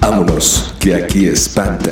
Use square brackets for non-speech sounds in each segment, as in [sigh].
Vámonos, que aquí espanta.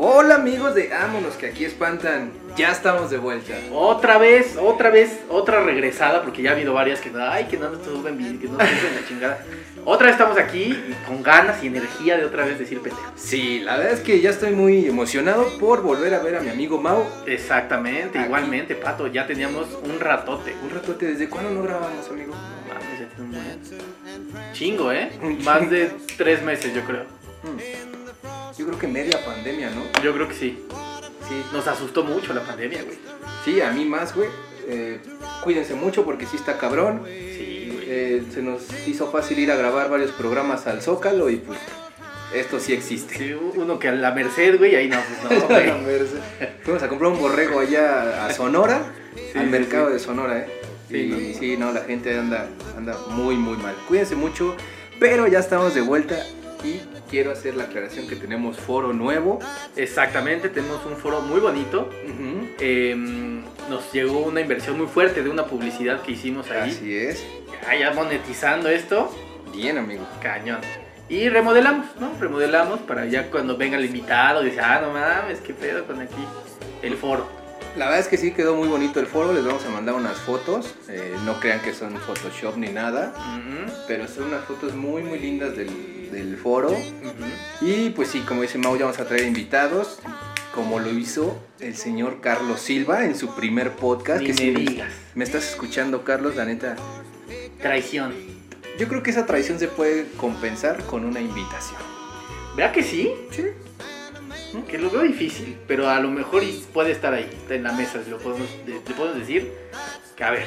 Hola amigos de Ámonos que aquí espantan, ya estamos de vuelta. Otra vez, otra vez, otra regresada, porque ya ha habido varias que no, ay, que no nos suben bien, que no nos suben la chingada. Otra vez estamos aquí y con ganas y energía de otra vez decir pendejo. Sí, la verdad es que ya estoy muy emocionado por volver a ver a mi amigo Mau. Exactamente, Aquí. igualmente, Pato, ya teníamos un ratote. Un ratote, ¿desde cuándo no grabamos, amigo? No mames, ya tiene un buen- Chingo, ¿eh? Un Más chingo. de tres meses, yo creo. Mm. Yo creo que media pandemia, ¿no? Yo creo que sí. Sí. Nos asustó mucho la pandemia, güey. Sí, a mí más, güey. Eh, cuídense mucho porque sí está cabrón. Sí, güey. Eh, se nos hizo fácil ir a grabar varios programas al Zócalo y pues esto sí existe. Sí, uno que a la merced, güey, ahí no, pues no, güey. Fuimos a comprar un borrego allá a Sonora, Sí, al sí, mercado sí. de Sonora, ¿eh? Sí, y no, no. sí, no, la gente anda, anda muy, muy mal. Cuídense mucho, pero ya estamos de vuelta y quiero hacer la aclaración que tenemos foro nuevo. Exactamente, tenemos un foro muy bonito. Ujú, Eh, nos llegó una inversión muy fuerte de una publicidad que hicimos ahí. Así es. Ya, ya monetizando esto, Bien, amigo. cañón. Y remodelamos, ¿no? Remodelamos para ya cuando venga el invitado, dice, ah, no mames, qué pedo con aquí el foro. La verdad es que sí quedó muy bonito el foro, les vamos a mandar unas fotos. eh, no crean que son Photoshop ni nada, Ujú, pero son unas fotos muy, muy lindas del, del foro. ujú. Y pues sí, como dice Mau, ya vamos a traer invitados, como lo hizo el señor Carlos Silva en su primer podcast. Ni Ah, que me si digas. me estás escuchando, Carlos, la neta. Traición. Yo creo que esa traición se puede compensar con una invitación. ¿Verdad que sí? Mm, Sí. Que lo veo difícil, pero a lo mejor y puede estar ahí, en la mesa, si lo podemos, de- le podemos decir. Que a ver,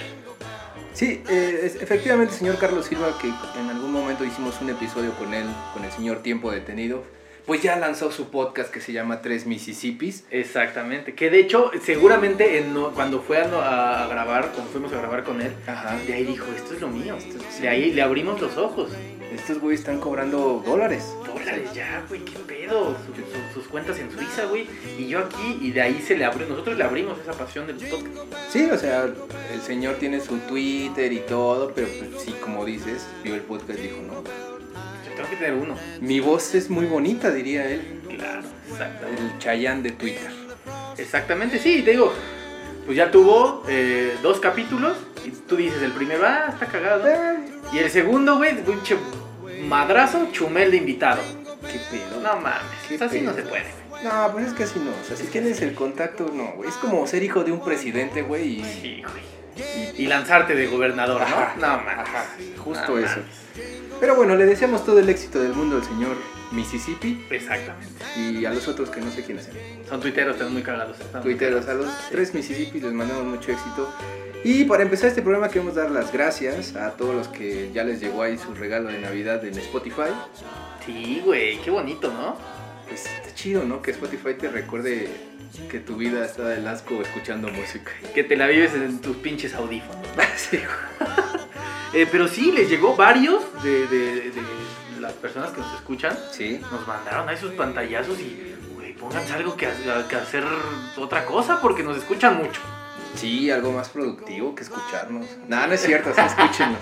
Sí, eh, es- efectivamente, el señor Carlos Silva, que en algún momento hicimos un episodio con él, con el señor Tiempo Detenido, pues ya lanzó su podcast que se llama Tres Mississippis. exactamente. Que de hecho, seguramente en no- cuando fue a, no- a grabar, cuando fuimos a grabar con él, Ajá. De ahí dijo, esto es lo mío. Sí. De ahí le abrimos los ojos. Estos güeyes están cobrando dólares. Dólares ya, güey, qué pedo. Su- su- sus cuentas en Suiza, güey. Y yo aquí, y de ahí se le abrió. Nosotros le abrimos esa pasión del podcast. Sí, o sea, el señor tiene su Twitter y todo, pero pues sí, como dices, vio el podcast y dijo, no, Yo tengo que tener uno. mi voz es muy bonita, diría él, Claro, exactamente. el Chayán de Twitter. Exactamente, sí, te digo. Pues ya tuvo eh, dos capítulos. Y tú dices, el primero, ah, está cagado. Ay, Y el segundo, güey, pinche madrazo, chumel de invitado. Qué pedo. No mames, Qué eso así no pedo. se puede, güey. No, pues es que así no, o sea, si tienes el contacto, no, güey, es como ser hijo de un presidente, güey, y... Sí, güey. Y lanzarte de gobernador, Ajá, ¿no? No mames. ajá, justo No eso. mames. Pero bueno, le deseamos todo el éxito del mundo al señor Mississippi Exactamente. y a los otros que no sé quiénes son. Son tuiteros, están muy cagados. están muy tuiteros, a los tres Mississippi les mandamos mucho éxito. Y para empezar este programa queremos dar las gracias a todos los que ya les llegó ahí su regalo de Navidad en Spotify. cagados. Sí, güey, qué bonito, ¿no? Pues está chido, ¿no? Que Spotify te recuerde que tu vida está del asco escuchando música. [laughs] Que te la vives en tus pinches audífonos. Sí, güey. Eh, pero sí, les llegó varios de, de- de las personas que nos escuchan. sí. Nos mandaron ahí sus pantallazos y, güey, pónganse algo que, ha- que hacer otra cosa porque nos escuchan mucho. Sí, algo más productivo que escucharnos. Nada, no es cierto, o sea, escúchenos.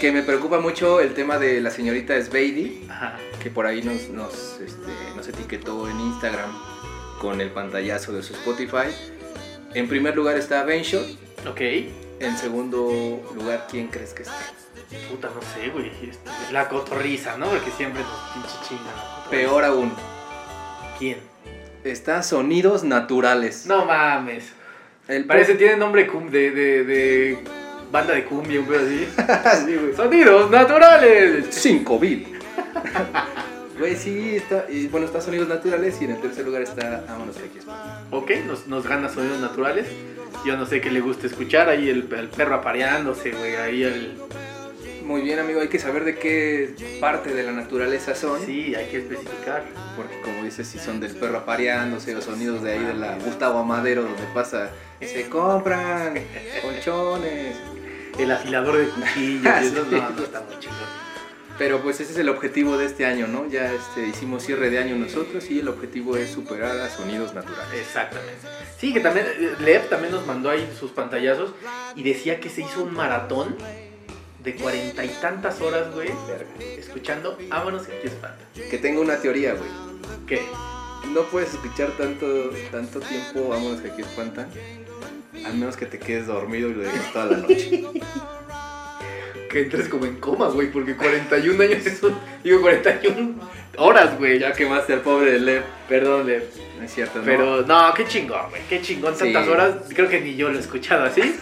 Que me preocupa mucho el tema de la señorita Sveidi, Ajá. que por ahí nos, nos, este, nos etiquetó en Instagram con el pantallazo de su Spotify. En primer lugar está Benshot, Ok. en segundo lugar, ¿quién crees que está? Puta, no sé, güey. este, La cotorriza, ¿no? Porque siempre nos pinche chingan. la cotorriza. Peor aún, ¿Quién? está Sonidos Naturales. No mames. el [laughs] Parece tiene nombre cum- de, de, de banda de cumbia, un pedo así. Ah, Sí, [laughs] güey. Sonidos naturales. 5 mil. [laughs] Güey, sí, está, y bueno, está Sonidos Naturales y en el tercer lugar está Vámonos de aquí España. Ok, nos, nos gana sonidos naturales. Yo no sé qué le gusta escuchar. Ahí el, el perro apareándose, güey. Ahí el. Muy bien, amigo, hay que saber de qué parte de la naturaleza son. Sí, hay que especificar. Porque como dices, si son del perro apareándose, los sonidos de ahí de la Gustavo Amadero donde pasa, se compran colchones. el afilador de cuchillos. [laughs] Ah, y eso, sí. no, no, está muy chingón. Pero pues ese es el objetivo de este año, ¿no? Ya este, hicimos cierre de año nosotros y el objetivo es superar a sonidos naturales. Exactamente. Sí, que también eh, Lev también nos mandó ahí sus pantallazos y decía que se hizo un maratón de cuarenta y tantas horas, güey, escuchando Ámanos que aquí espanta. Que tengo una teoría, güey. ¿Qué? No puedes escuchar tanto, tanto tiempo, vámonos que aquí espantan. Al menos que te quedes dormido y lo dejes toda la noche. [laughs] Que entres como en coma, güey, porque 41 años es un... Digo, 41 horas, güey. ya quemaste al pobre de Lev. Perdón, Lev. No es cierto, ¿no? Pero no, qué chingón, güey. Qué chingón Sí. tantas horas. Creo que ni yo lo he [laughs] escuchado así.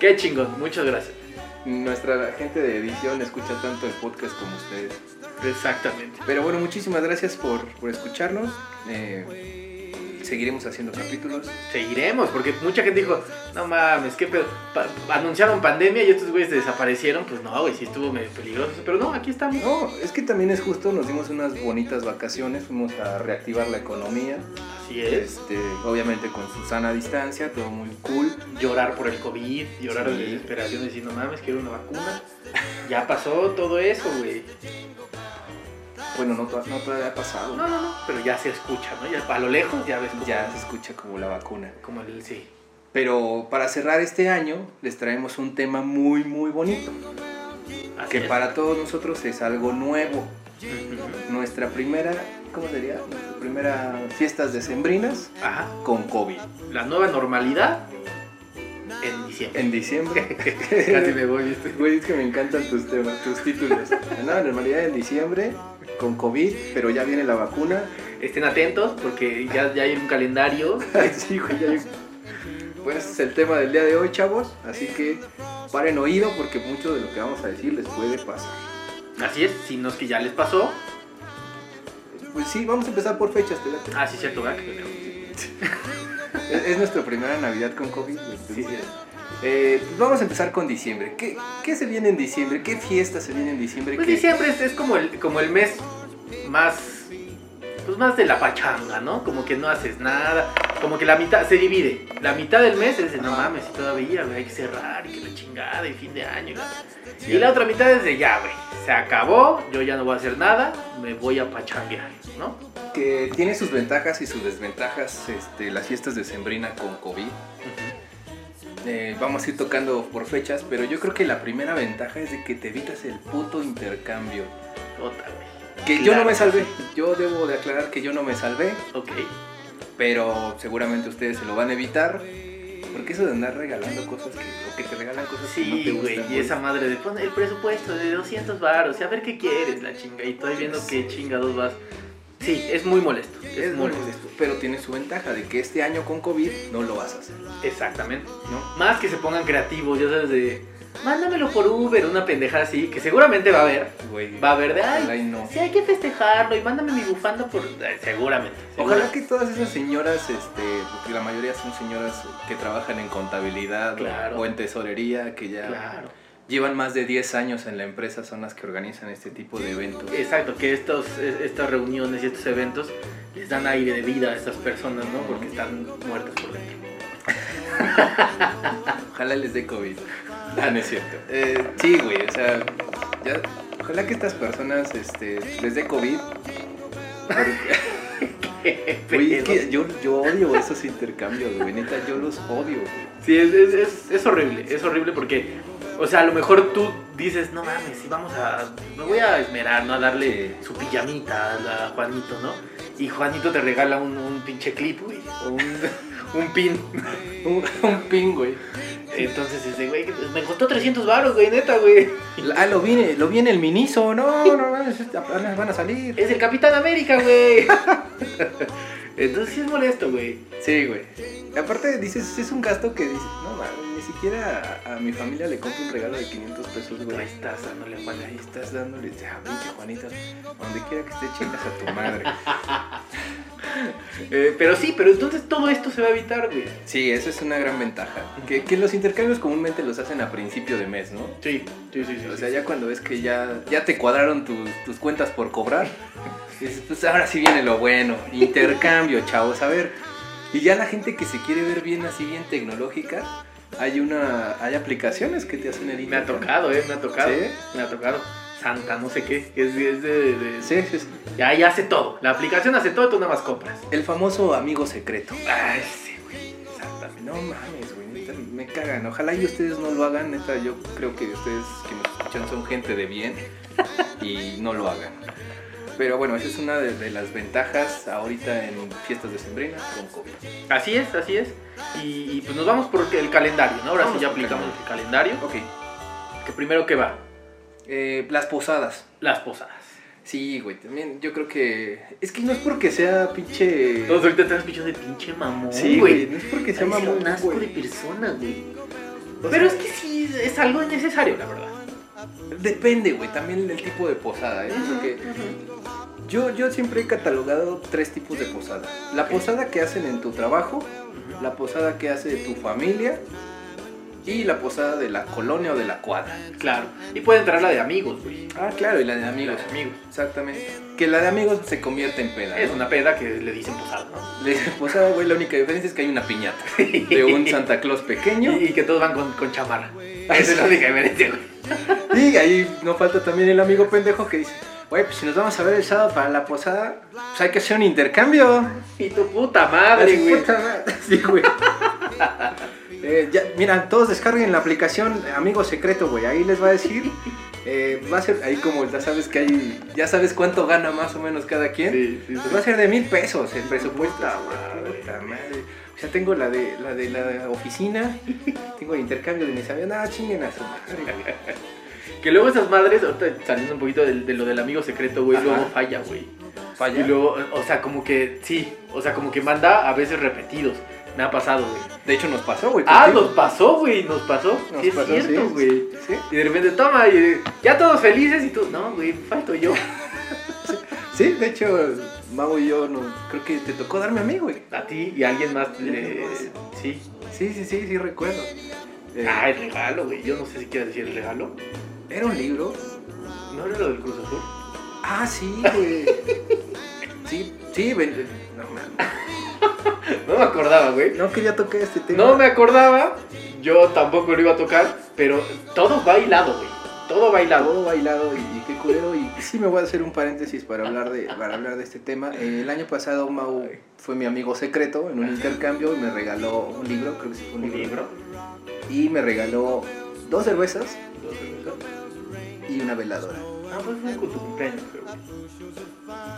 qué chingón. Muchas gracias. Nuestra gente de edición escucha tanto el podcast como ustedes. Exactamente. Pero bueno, muchísimas gracias por, por escucharnos. Eh, seguiremos haciendo capítulos. Seguiremos, porque mucha gente dijo, no mames, qué pedo. Pa- anunciaron pandemia y estos güeyes desaparecieron. Pues no, güey, sí estuvo medio peligroso. Pero no, aquí estamos. No, es que también es justo, nos dimos unas bonitas vacaciones, fuimos a reactivar la economía. Así es. Este, obviamente con Susana a distancia, todo muy cool. Llorar por el COVID, llorar Sí. de desesperación, decir, no mames, quiero una vacuna. Ya pasó todo eso, güey. Bueno, no, to- no todavía ha pasado. No, no, no, pero ya se escucha, ¿no? Ya, a lo lejos ya ves como, Ya se escucha como la vacuna. como el sí. Pero para cerrar este año, les traemos un tema muy, muy bonito. Así Que es. para todos nosotros es algo nuevo. Ujú. Nuestra primera, ¿cómo sería? Nuestra primera fiestas decembrinas Ajá. con COVID. La nueva normalidad en [laughs] diciembre. En diciembre. Casi me voy, ¿viste? Güey, es que me encantan tus temas, tus títulos. No, normalidad en diciembre con COVID, pero ya viene la vacuna. Estén atentos porque ya, ya hay un calendario. [laughs] Sí, güey, ya hay- Pues es el tema del día de hoy, chavos. Así que paren oído porque mucho de lo que vamos a decir les puede pasar. Así es, si no es que ya les pasó. Pues sí, vamos a empezar por fechas, te late? Ah, sí, cierto, ¿verdad? Que tenemos. Es, es nuestra primera Navidad con COVID. güey, Sí, entonces, sí. eh, pues vamos a empezar con diciembre. ¿Qué, qué se viene en diciembre? ¿Qué fiesta se viene en diciembre? Pues ¿Qué- diciembre es, es como, el, como el mes más. Pues más de la pachanga, ¿no? Como que no haces nada. Como que la mitad se divide. La mitad del mes es de no mames, y todavía, güey, hay que cerrar y que la chingada y fin de año. Y la, y la otra mitad es de ya, güey. Se acabó, yo ya no voy a hacer nada, me voy a pachanguear, ¿no? que tiene sus ventajas y sus desventajas este, las fiestas de Sembrina con COVID. Eh, vamos a ir tocando por fechas, pero yo creo que la primera ventaja es de que te evitas el puto intercambio. Otra, güey. Que yo no Claro. me salvé, yo debo de aclarar que yo no me salvé, Ok. pero seguramente ustedes se lo van a evitar. Porque eso de andar regalando cosas que, o que te regalan cosas que Pues no te Sí, güey, gustan, y esa madre de pon el presupuesto de 200 baros, y a ver qué quieres, la chinga, y estoy viendo qué chingados vas. Sí, es muy molesto. Es, es muy muy molesto, pero tiene su ventaja de que este año con COVID no lo vas a hacer, molesto. Exactamente. ¿no? Más que se pongan creativos, ya sabes, de mándamelo por Uber, una pendejada así, que seguramente va a haber. Güey, Va a haber de ojalá ay. y no. Sí, hay que festejarlo y mándame mi bufanda por. Ay, seguramente. Ojalá seguramente. que todas esas señoras, este, porque la mayoría son señoras que trabajan en contabilidad Claro. o en tesorería, que ya Claro. llevan más de 10 años en la empresa, son las que organizan este tipo de eventos. Exacto, que estos, es- estas reuniones y estos eventos les dan aire de vida a estas personas, ¿no? Porque están muertas por dentro. [laughs] Ojalá les dé COVID. Ah, no es cierto. Eh, sí, güey, o sea, ya- ojalá que estas personas este, les dé COVID. porque- Güey, es que yo, yo odio esos intercambios, güey, neta, yo los odio, güey. Sí, es, es, es, es horrible, es horrible porque, o sea, a lo mejor tú dices, no mames, sí, vamos a, me voy a esmerar, ¿no? A darle su pijamita a la- a Juanito, ¿no? Y Juanito te regala un, un pinche clip, güey, o un, [laughs] un pin. Un, un pin, güey. Entonces es de, güey, me costó 300 baros, güey, neta, güey. Ah, lo viene, lo viene el miniso, no, no, no, es- este, apenas van a salir. Es el Capitán América, güey. [laughs] Entonces sí es molesto, güey. Sí, güey. Aparte, dices, es un gasto que dices, no mames, ni siquiera a, a mi familia le compro un regalo de 500 pesos, güey. Traes taza, no le Juan, Juan ahí estás dándole, ya, pinche Juanita, donde quiera que esté, chingas a tu [laughs] madre. Eh, pero sí, pero entonces todo esto se va a evitar, güey. Sí, eso es una gran ventaja. Que, que los intercambios comúnmente los hacen a principio de mes, ¿no? Sí, sí, sí, sí. O sea, ya cuando ves que ya, ya te cuadraron tus, tus cuentas por cobrar, dices, pues ahora sí viene lo bueno. [laughs] Intercambio, chavos, a ver. Y ya la gente que se quiere ver bien así, bien tecnológica, hay una hay aplicaciones que te hacen el Me ha intercambio. tocado, eh, me ha tocado. ¿Sí? Me ha tocado. Santa, no sé qué. Es, es de. de- Sí, sí, sí. Ya, ya hace todo. La aplicación hace todo, tú nada más compras. El famoso amigo secreto. Ay, sí, güey. Exactamente. No mames, güey, neta, me cagan. Ojalá y ustedes no lo hagan, neta, yo creo que ustedes que nos escuchan son gente de bien y no lo hagan. Pero bueno, esa es una de, de las ventajas ahorita en fiestas de sembrina con COVID. Así es, así es. Y, y, pues nos vamos por el calendario, ¿no? Ahora Vamos sí ya por el aplicamos el calendario. Ok, Que primero que va, eh, las posadas. las posadas. Sí, güey, también yo creo que... Es que no es porque sea pinche... Todos ahorita están pinches de pinche mamón, Sí, güey, no es porque Se sea llama mamón, un asco de güey. persona, güey. O Pero es sea- que sí, es algo innecesario, la verdad. Depende, güey, también el tipo de posada, ¿eh? Porque yo, yo siempre he catalogado tres tipos de posada. La posada que hacen en tu trabajo, la posada que hace tu familia y la posada de la colonia o de la cuadra. Claro. Y puede entrar la de amigos, güey. Ah, claro, y la de amigos. La de amigos. Exactamente. Que la de amigos se convierte en peda. Es ¿no? una peda que le dicen posada, ¿no? La de posada, güey, la única diferencia es que hay una piñata de [laughs] un Santa Claus pequeño. Y, y que todos van con, con chamarra. [laughs] Esa es la única diferencia, güey. Y ahí no falta también el amigo pendejo que dice, güey, pues si nos vamos a ver el sábado para la posada, pues hay que hacer un intercambio. Y tu puta madre, Así, güey. puta madre. [laughs] Sí, güey. Eh, ya, mira, todos descarguen la aplicación Amigo Secreto, güey. Ahí les va a decir. eh, va a ser ahí como ya sabes que hay. Ya sabes cuánto gana más o menos cada quien. Sí, sí, sí. Pues va a ser de mil pesos el presupuesto. Puta madre. Puta madre. O sea, tengo la de la de la oficina, tengo el intercambio de mis aviones. Ah, chinguen a su madre. güey. Que luego esas madres, ahorita saliendo un poquito del- de, lo del amigo secreto, güey, Ajá. luego falla, güey. Falla. Y luego, o sea, como que, sí, o sea, como que manda a veces repetidos. Me ha pasado, güey. De hecho, nos pasó, güey. Ah, contigo. nos pasó, güey, nos pasó. Nos sí, pasó, es cierto, sí. güey. Sí. Y de repente, toma, y eh, ya todos felices y tú, no, güey, falto yo. Sí, de hecho, Mau y yo, no, creo que te tocó darme a mí, güey. A ti y a alguien más le... Sí. Sí, sí, sí, sí, recuerdo. Eh, Ah, el regalo, güey. Yo no sé si quieres decir el regalo. ¿Era un libro? ¿No era lo del Cruz Azul? Ah, sí, güey. sí, sí, ven- no, mames. No me acordaba, güey. no quería tocar este tema. No me acordaba. Yo tampoco lo iba a tocar, pero todo bailado, güey. Todo bailado. Todo bailado y, y qué culero. Y sí me voy a hacer un paréntesis para hablar de, para hablar de este tema. Eh, el año pasado Mau fue mi amigo secreto en un intercambio y me regaló un libro, creo que sí fue un Un libro. libro. Y me regaló dos cervezas y una veladora. Ah, pues fue con tu cumpleaños, creo.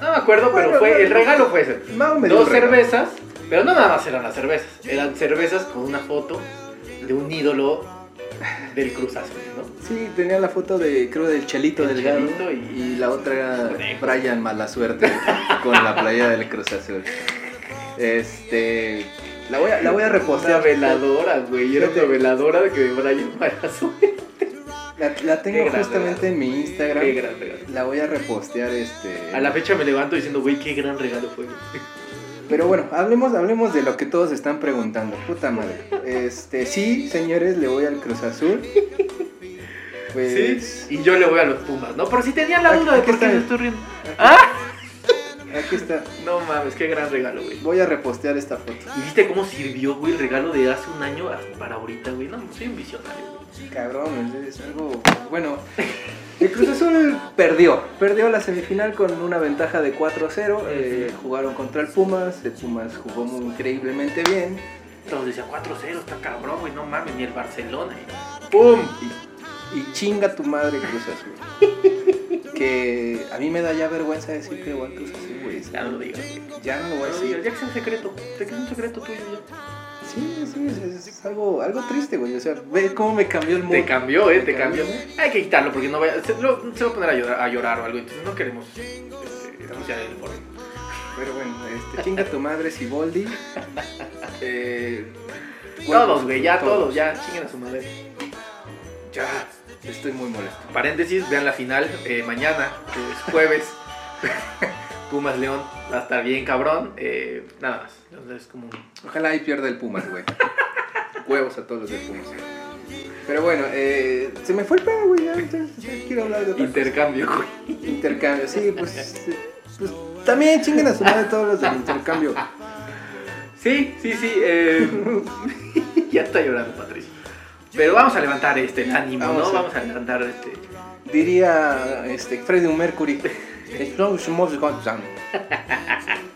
No me acuerdo, pero fue el regalo fue ese. Mau me dio Dos un regalo. cervezas, pero no nada más eran las cervezas. Eran cervezas con una foto de un ídolo del Cruz Azul, [laughs] ¿no? Sí, tenía la foto de, creo, del Chelito El Delgado. Chelito y... y- la otra era Conejos. Brian Malasuerte [laughs] con la playa del Cruz Azul. Este. La voy a, la voy a repostar. Una veladora, güey. Era una Pues, Fíjate. veladora de que me Brian Marazzo. La, la tengo Qué grande, justamente en mi Instagram. Qué gran regalo. La voy a repostear este. A la fecha me levanto diciendo, güey, qué gran regalo fue. güey. Pero bueno, hablemos, hablemos de lo que todos están preguntando. Puta madre. Este, sí, señores, le voy al Cruz [laughs] Azul. Pues. Sí. Y yo le voy a los Pumas, ¿no? Por si tenían la duda de Aquí por qué está. me estoy riendo. Aquí está. No mames, qué gran regalo, güey. Voy a repostear esta foto. ¿Y viste cómo sirvió, güey, el regalo de hace un año hasta para ahorita, güey? No, soy un visionario, güey. Cabrón, es algo. Bueno, el Cruz Azul perdió. Perdió la semifinal con una ventaja de 4-0. eh, jugaron contra el Pumas. El Pumas jugó muy increíblemente bien. Todos decían 4-0, está cabrón, güey, no mames, ni el Barcelona. güey. ¡Pum! Y chinga tu madre, Cruz Azul. que a mí me da ya vergüenza decir que voy a Cruz Azul, güey. Ya no lo digas, güey. Pues Ya no lo voy a No lo digas, decir. ya que es un secreto. Te queda un secreto tuyo ya. Sí, sí, es, es- es algo, algo triste, güey. O sea, ve cómo me cambió el mundo. Te cambió, eh, Te te cambió. cambió. Hay que quitarlo porque no vaya. Se, lo- se va a poner a llorar, a llorar o algo, entonces no queremos este, anunciar el foro. Pero bueno, este, chinga tu madre, [laughs] Siboldi. Eh, Todos, güey, ya todos, ya chinguen a su madre. Ya, estoy muy molesto. Paréntesis, vean la final eh, mañana, que es jueves. [laughs] Pumas León va a estar bien cabrón. eh, nada más. Entonces es como un- Ojalá ahí pierda el Pumas, güey. Huevos a todos los de Pumas. Pero bueno, eh, se me fue el pedo, güey. ya, entonces, ya quiero hablar de otra intercambio, güey. cosa. intercambio. Sí, pues, este, pues, también chinguen a su madre todos los del intercambio. [laughs] Sí, sí, sí. eh, ya está llorando, Patricio. Pero vamos a levantar este el ánimo, Vamos ¿no? a- Vamos a levantar este. Diría este, Freddie Mercury. "It's no smoke gun jam".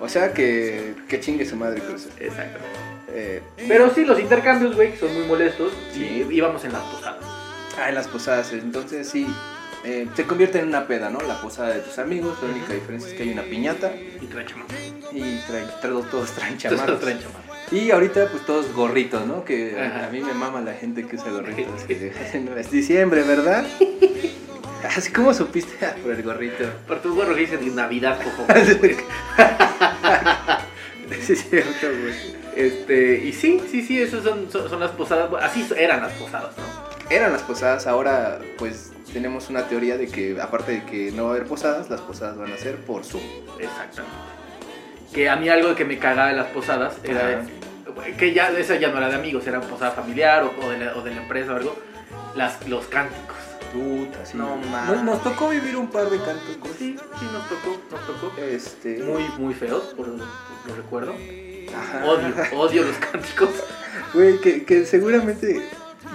O sea que, que chingue su madre Cruz. Exacto. Eh, Pero sí, los intercambios, güey, son muy molestos. Sí. Y íbamos en las posadas. ah, en las posadas, entonces sí. eh, se convierte en una peda, ¿no? La posada de tus amigos. La única diferencia es que hay una piñata Y traen chamacos. y traen- tra- todos [laughs] traen Entonces, chamacos. traen chamacos. Y ahorita pues todos gorritos, ¿no? Que a- Ajá. a mí me mama la gente que usa gorritos. [laughs] [laughs] Sí. que de- "No, es diciembre, [laughs] ¿verdad? Así como supiste Ah, por el gorrito. Por tu gorro que dice de Navidad, cojo. Sí, es cierto, güey. este, y sí, sí, sí, esas son, son, son las posadas. Bueno, Así eran las posadas, ¿no? Eran las posadas, ahora pues tenemos una teoría de que aparte de que no va a haber posadas, las posadas van a ser por Zoom. Exactamente. Que a mí algo que me cagaba de las posadas era. Que ya, esa ya no era de amigos, era posada familiar o, o de, la, o de la empresa o algo. Las, los cánticos. Puta, sí. No mames. nos, nos tocó vivir un par de cantos. Sí, sí, nos tocó, nos tocó. Este. Muy, muy feos, por lo, por lo recuerdo. Ajá. Odio, odio los cánticos. Güey, que, que seguramente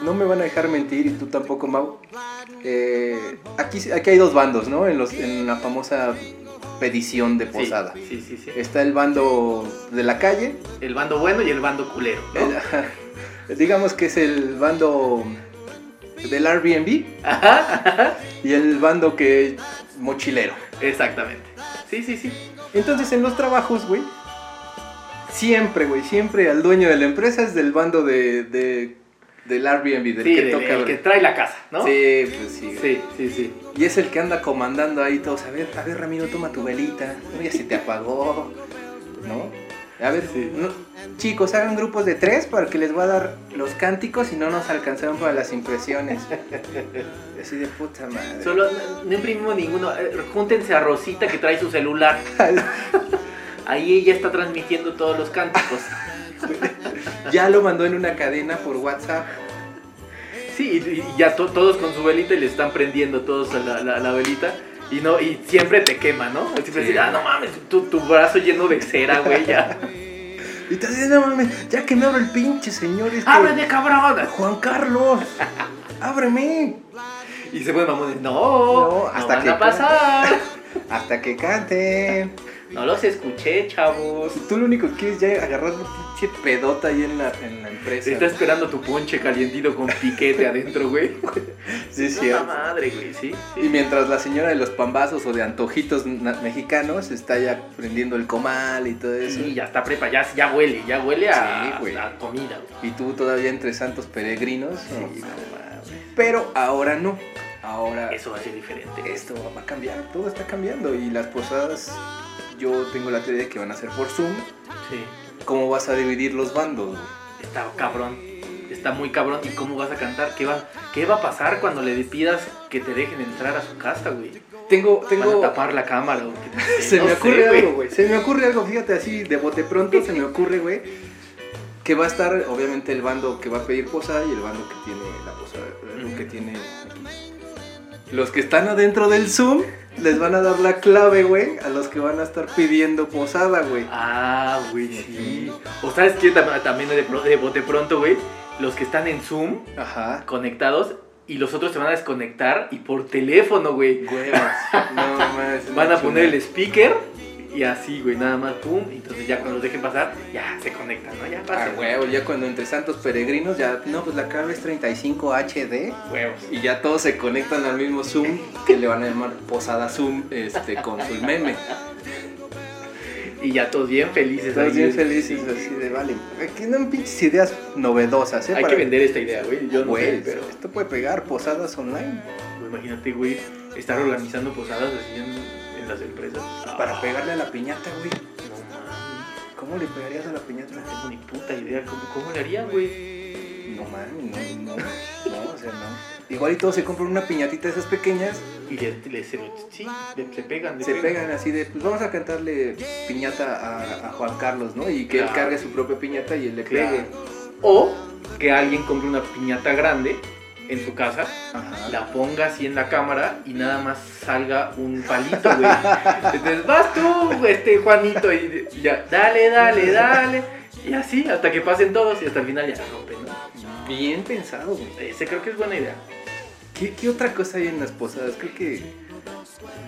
no me van a dejar mentir y tú tampoco, Mau. Eh, aquí, aquí hay dos bandos, ¿no? En, los, en la famosa petición de posada. Sí, sí, sí. sí. Está el bando de la calle, El bando bueno y el bando culero, ¿no? el- ajá, digamos que es el bando del Airbnb y el bando que mochilero. Exactamente. Sí, sí, sí. Entonces en los trabajos, güey, siempre, güey, siempre al dueño de la empresa es del bando de, de- del Airbnb, del sí, que del- toca. el güey. que trae la casa, ¿no? Sí, pues sí. güey. sí, sí, sí. Y es el que anda comandando ahí todos. A ver, a ver, Ramiro, toma tu velita. No, ya se te apagó. ¿No? A ver, Sí. no- chicos, hagan grupos de tres para que les voy a dar los cánticos y no nos alcanzaron para las impresiones. Así de puta madre. Solo no imprimimos ninguno. Eh, Júntense a Rosita que trae [laughs] su celular. Ahí ella está transmitiendo todos los cánticos. ya lo mandó en una cadena por WhatsApp. Sí, y, y ya to- todos con su velita y le están prendiendo todos a la, la- la velita. Y no, y siempre te quema, ¿no? Siempre Sí. decir, ah, no mames, tu, tu brazo lleno de cera, güey, [laughs] ya. Y te dice, no mames, ya que me abro el pinche señor este. ¡Ábrete, cabrón! Juan Carlos, ábreme. Y se pone mamón, no, No, no, hasta van que a pasar. Hasta que cante. No los escuché, chavos. Tú lo único que quieres ya agarrar una pinche pedota ahí en la, en la empresa. Está esperando tu ponche calientito con piquete adentro, güey. Sí, es Puta cierto. madre, güey, sí. Y mientras la señora de los pambazos o de antojitos na- mexicanos está ya prendiendo el comal y todo eso. Sí, ya está prepa, ya, ya huele, ya huele a, Sí, güey. a comida, Y güey. tú todavía entre santos peregrinos. no Sí, mames. no mames. Pero ahora no. Ahora Eso va a ser diferente. esto va a cambiar. Todo está cambiando. Y las posadas, yo tengo la teoría de que van a ser por Zoom. Sí. ¿Cómo vas a dividir los bandos? güey? Está cabrón. Está muy cabrón. ¿Y cómo vas a cantar? ¿Qué va, qué va a pasar cuando le pidas que te dejen entrar a su casa, güey? Tengo, Van a tengo, tapar la cámara, [laughs] güey. Se No me sé, ocurre algo, güey. Se me ocurre algo, fíjate, así de bote pronto se me ocurre, güey. Que va a estar, obviamente, el bando que va a pedir posada y el bando que tiene la posada, el que tiene aquí. Los que están adentro del Zoom les van a dar la clave, güey, a los que van a estar pidiendo posada, güey. Ah, güey, sí. O sabes que también de, pro- de bote pronto, güey. Los que están en Zoom Ajá. conectados y los otros se van a desconectar y por teléfono, güey. Huevas. No mames. Van a no, poner el chula. speaker y así, güey, nada más, pum. y Entonces ya cuando los dejen pasar, ya se conectan, ¿no? Ya Ah, pasan. huevo, ya cuando entre santos peregrinos, ya, no, pues la clave es 35 HD. Huevos. Y ya todos se conectan al mismo Zoom que le van a llamar Posada Zoom este, con su meme. Y ya todos bien felices. Estamos ahí, bien güey. felices Sí. así de vale. Aquí dan pinches ideas novedosas, ¿eh? Hay que Para- vender esta idea, güey. Yo no sé, Güey, pero esto puede pegar posadas online güey, imagínate, güey, estar organizando posadas así en, en las empresas. para Ah, pegarle a la piñata, güey. No mames, ¿Cómo le pegarías a la piñata? no tengo ni puta idea cómo, cómo le haría, güey. No mames, no, no, no, o sea, no. Igual y todos se compran una piñatita de esas pequeñas, Y le, le- se, lo- sí, le- se pegan, le se pegan así de, pues vamos a cantarle piñata a, a Juan Carlos, ¿no? Y que él Claro. cargue su propia piñata y él le Claro. pegue. O que alguien compre una piñata grande en su casa, Ajá. la ponga así en la cámara y nada más salga un palito, güey. Entonces vas tú, este Juanito, y ya, dale, dale, dale. Y así, hasta que pasen todos y hasta el final ya la rompen, ¿no? Bien pensado, güey. Ese creo que es buena idea. ¿Qué, qué otra cosa hay en las posadas? Creo que.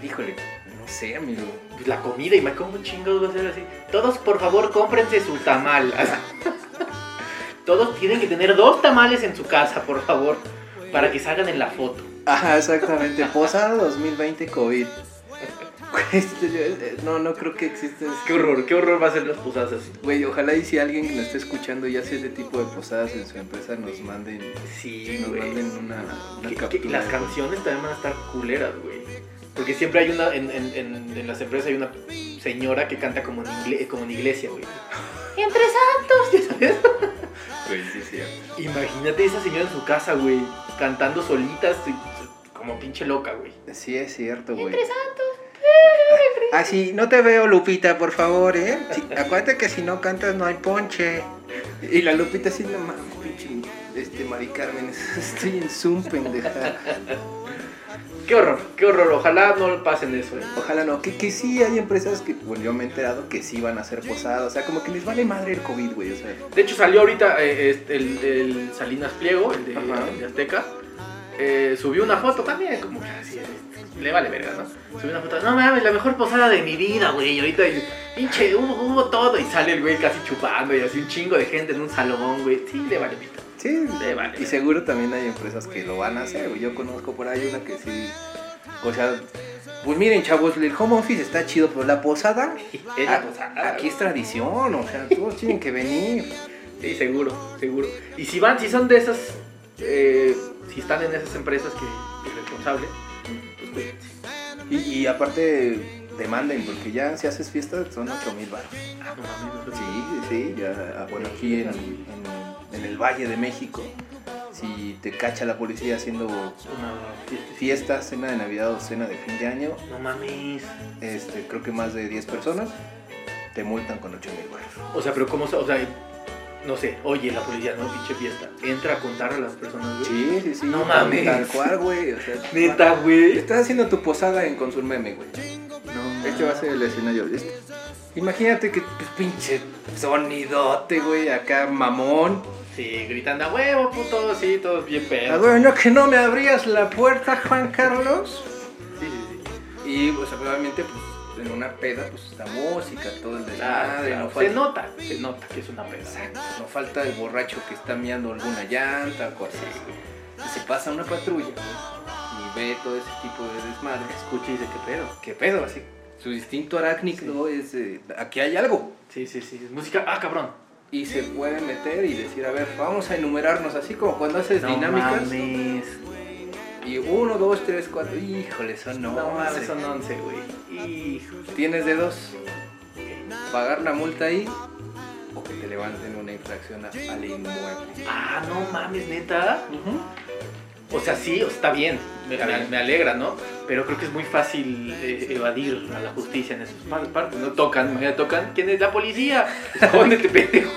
Híjole, no sé, amigo. Pues La comida, y me como chingados va a ser así. Todos, por favor, cómprense su tamal. [laughs] Todos tienen que tener dos tamales en su casa, por favor, para que salgan en la foto. Ajá, exactamente. Posada 2020 [laughs] COVID. Este, eh, No, no creo que exista. Qué horror, qué horror va a ser las posadas así. Güey, ojalá y si alguien que nos esté escuchando y hace ese tipo de posadas en su empresa nos manden, Sí, nos güey. manden una, una Que- que- captura. las canciones también van a estar culeras, güey. Porque siempre hay una, en, en- en- en las empresas hay una señora que canta como en, ingle- como en iglesia, güey. [laughs] Entre santos, ¿ya sabes? Güey, sí, es cierto. Imagínate esa señora en su casa, güey, cantando solita, así, como pinche loca, güey. Sí, es cierto, güey. Así, no te veo, Lupita, por favor, ¿eh? Sí, acuérdate que si no cantas no hay ponche. Y la Lupita así, no mames, pinche, este, Mari Carmen, [laughs] estoy en Zoom, pendeja. Qué horror, qué horror. Ojalá no pasen eso, eh. Ojalá no, que, que sí hay empresas que, bueno, yo me he enterado que sí van a hacer posadas, o sea, como que les vale madre el COVID, güey, o sea. De hecho, salió ahorita eh, este, el, el Salinas Pliego, el de, Ajá. el de Azteca. eh, subió una foto también, como que así, este, le vale verga, ¿no? Subió una foto, no mames, la mejor posada de mi vida, güey. Y ahorita, y- pinche, hubo, hubo todo. Y sale el güey casi chupando y así un chingo de gente en un salón, güey. Sí, le vale pito. Sí, Le vale. y seguro también hay empresas que lo van a hacer, güey. Yo conozco por ahí una que sí, o sea, pues miren, chavos, el home office está chido, pero la posada, Es la a- posada. ah, aquí es tradición, o sea, todos tienen que venir. Sí, seguro, seguro. Y si van, si son de esas, eh, si están en esas empresas que, que responsable, pues cuídense. Y, y aparte, demanden, porque ya si haces fiesta son 8 mil baros. Ah, no mames, no sé. Sí, sí, ya, ah, bueno, aquí en, en- en el Valle de México, si te cacha la policía haciendo Una fiesta. fiesta, cena de Navidad o cena de fin de año, No mames. este, creo que más de 10 personas, te multan con 8 mil baros. O sea, pero cómo, se- o sea, no sé, oye, la policía, no, pinche fiesta, entra a contar a las personas, güey. Sí, sí, sí. No tal- mames. Tal cual, güey. O sea, Neta, güey. Estás haciendo tu posada en Consulmeme, güey. No, Este va a ser el escenario. este. Imagínate que pues, pinche sonidote, güey, acá mamón. Sí, gritando a huevo, puto, sí, todos bien Ah, pedos. Bueno, que no me abrías la puerta, Juan Carlos. Sí, sí, sí. Y pues obviamente pues, en una peda pues la música, todo el Claro, desmadre, no, claro. Ah, falta, Se nota, se nota que es una peda. Exacto, no falta el borracho que está mirando alguna llanta, cosas. Sí, güey. Y se pasa una patrulla güey, y ve todo ese tipo de desmadre. Escucha y dice, ¿qué pedo? ¿Qué pedo? Así, su instinto arácnido es, eh, aquí hay algo. Sí, sí, sí. Música, ah, cabrón. Y se puede meter y decir, a ver, vamos a enumerarnos así como cuando haces No dinámicas. mames. Y uno, dos, tres, cuatro. Híjole, son no, No mames, son 11, güey. Hijo. Tienes de dos. Pagar la multa ahí o que te levanten una infracción a- al inmueble. Ah, no mames, neta. O sea, sí, o sea, está bien, me, Está me- bien. me alegra, ¿no? Pero creo que es muy fácil eh, evadir a la justicia en esos par- partes. No tocan, imagínate, tocan. ¿Quién es la policía? [laughs] Escóndete, pendejo,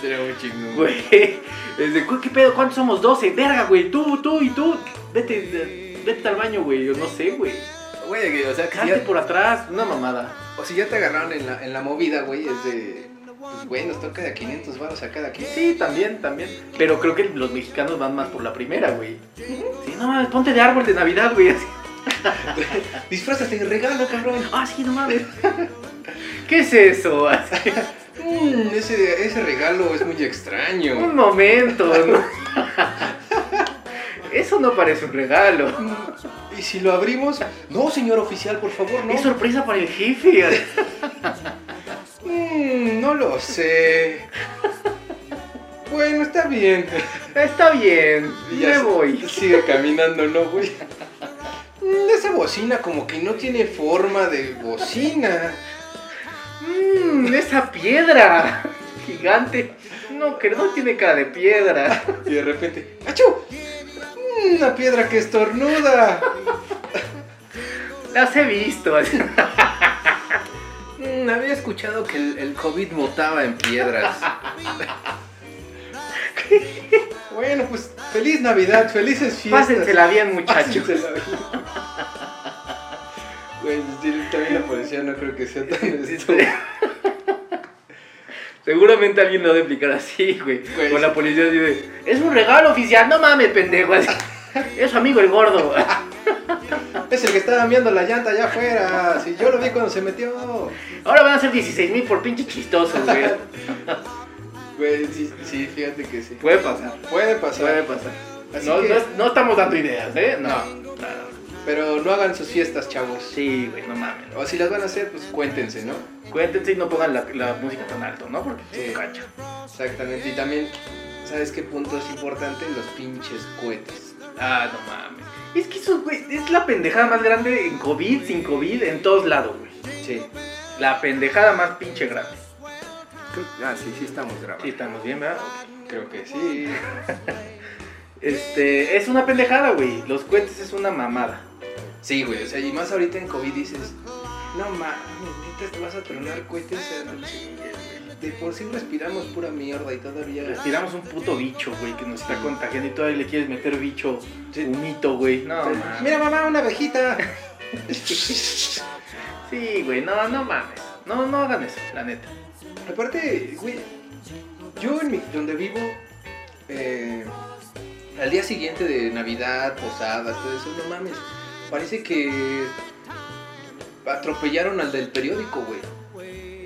Sería muy chingón. güey. Es de, "Güey, ¿Qué pedo? ¿Cuántos somos? 12. Verga, güey. Tú, tú y tú. Vete, eh, vete al baño, güey. Yo no sé, güey. Güey, que, o sea, que si Cállate ya, por atrás. Una mamada. o si ya te agarraron en la, en la movida, güey, es de. Pues, güey, nos toca de a 500 baros a cada quien. Sí, también, también. Pero creo que los mexicanos van más por la primera, güey. Sí, no mames, ponte de árbol de Navidad, güey. [laughs] así. Disfrázate y regalo, cabrón. Ah, sí, no [laughs] mames. ¿Qué es eso? Así. Mm, ese, ese regalo es muy extraño. Un momento. ¿no? Eso no parece un regalo. Mm, ¿Y si lo abrimos? No, señor oficial, por favor, no. Es sorpresa para el jefe. Mm, no lo sé. Bueno, está [laughs] bien. Está bien, Y ya me voy. [laughs] Sigue caminando, ¿no, güey? Mm, Esa bocina como que no tiene forma de bocina. Mmm, esa piedra gigante. No, que no tiene cara de piedra. Y de repente, ¡achú! Mm, Una piedra que estornuda. Las he visto. Mm, había escuchado que el, el COVID mutaba en piedras. [laughs] bueno, pues feliz Navidad, felices fiestas. Pásensela bien, muchachos. Pásensela bien. Güey, pues, sí, también la policía no creo que sea tan esto. Seguramente alguien lo ha de aplicar así, güey. Güey, Con sí. la policía así de. Es un regalo oficial, no mames, pendejo. así. Es su amigo el gordo. Es el que estaba viendo la llanta allá afuera. Si yo lo vi cuando se metió. Ahora van a ser 16 mil por pinche chistosos, güey. [laughs] Güey, sí, sí, fíjate que sí. Puede pasar. Puede Puede pasar. pasar. Así No, que- no es- no estamos dando ideas, ¿eh? No. Nada. Pero no hagan sus fiestas, chavos. Sí, güey, no mames. O si las van a hacer, pues cuéntense, ¿no? Cuéntense y no pongan la, la música tan alto, ¿no? Porque Sí. se cacha. Exactamente. Y también, ¿sabes qué punto es importante? Los pinches cohetes. Ah, no mames. Es que eso, güey, es la pendejada más grande en COVID, sin COVID, en todos lados, güey. Sí. La pendejada más pinche grande. Ah, sí, sí estamos Sí, grabando. estamos bien, ¿verdad? Ok. Creo que sí. Este, es una pendejada, güey. Los cohetes es una mamada. Sí, güey. O sea, y más ahorita en COVID dices, no mames, neta, te vas a tronar cohetes. O sea, no chingues, güey. De por sí respiramos pura mierda y todavía. Tiramos un puto bicho, güey, que nos está Sí. contagiando y todavía le quieres meter bicho, Sí. humito, güey. No, O sea, mames. Mira, mamá, una abejita. Sí, güey, no, no mames. No, no hagan eso, la neta. Aparte, güey, yo en mi, donde vivo, eh, al día siguiente de Navidad, posadas, todo eso, no mames, parece que atropellaron al del periódico, güey.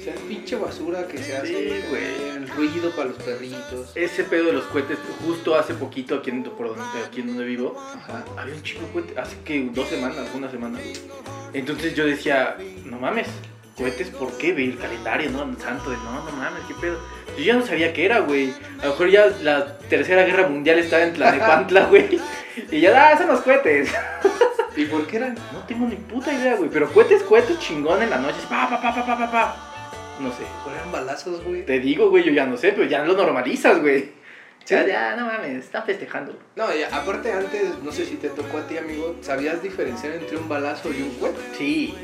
O sea, pinche basura que se hace, Sí, güey. el ruido para los perritos. Ese pedo de los cohetes, justo hace poquito, aquí en, por donde, aquí en donde vivo, Ajá. había un chico cohete, hace que dos semanas, una semana. güey. Entonces yo decía, no mames, cohetes, ¿por qué? güey? El calendario, ¿no? El santo de, no, no mames, qué pedo. Yo ya no sabía qué era, güey. A lo mejor ya la tercera guerra mundial estaba en Tlanepantla, [laughs] güey. Y ya, ah, son los cohetes. ¿Y por qué eran? No tengo ni puta idea, güey. Pero cohetes, cohetes chingón en la noche. Pa, pa, pa, pa, pa, pa, pa. No sé. ¿Por eran balazos, güey? Te digo, güey, yo ya no sé, pero ya lo normalizas, güey. Sí. Ya, ya, no mames, están festejando. No, y aparte antes, no sé si te tocó a ti, amigo, ¿sabías diferenciar entre un balazo y un cohete? Sí,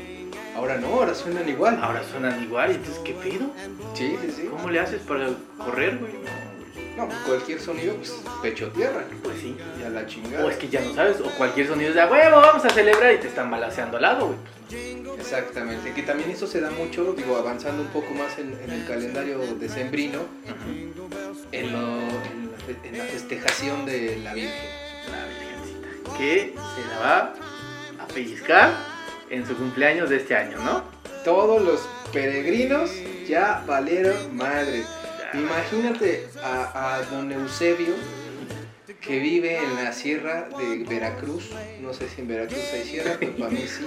Ahora no, ahora suenan igual. ahora suenan igual, entonces, ¿qué pedo? Sí, sí, sí. ¿Cómo le haces para correr, güey? No, güey. No, pues cualquier sonido, pues pecho tierra. Pues sí. Y a la chingada. O es que ya no sabes, o cualquier sonido es de "A huevo, vamos a celebrar y te están balaseando al lado, güey. Exactamente. Que también eso se da mucho, digo, avanzando un poco más en, en el calendario decembrino, Pues, en, lo, en, la, fe- en la festejación de la Virgen. La virgencita. Que se la va a pellizcar en su cumpleaños de este año, ¿no? Todos los peregrinos ya valieron madre. Ya. Imagínate a, a don Eusebio que vive en la sierra de Veracruz. No sé si en Veracruz hay sierra, pero para mí sí.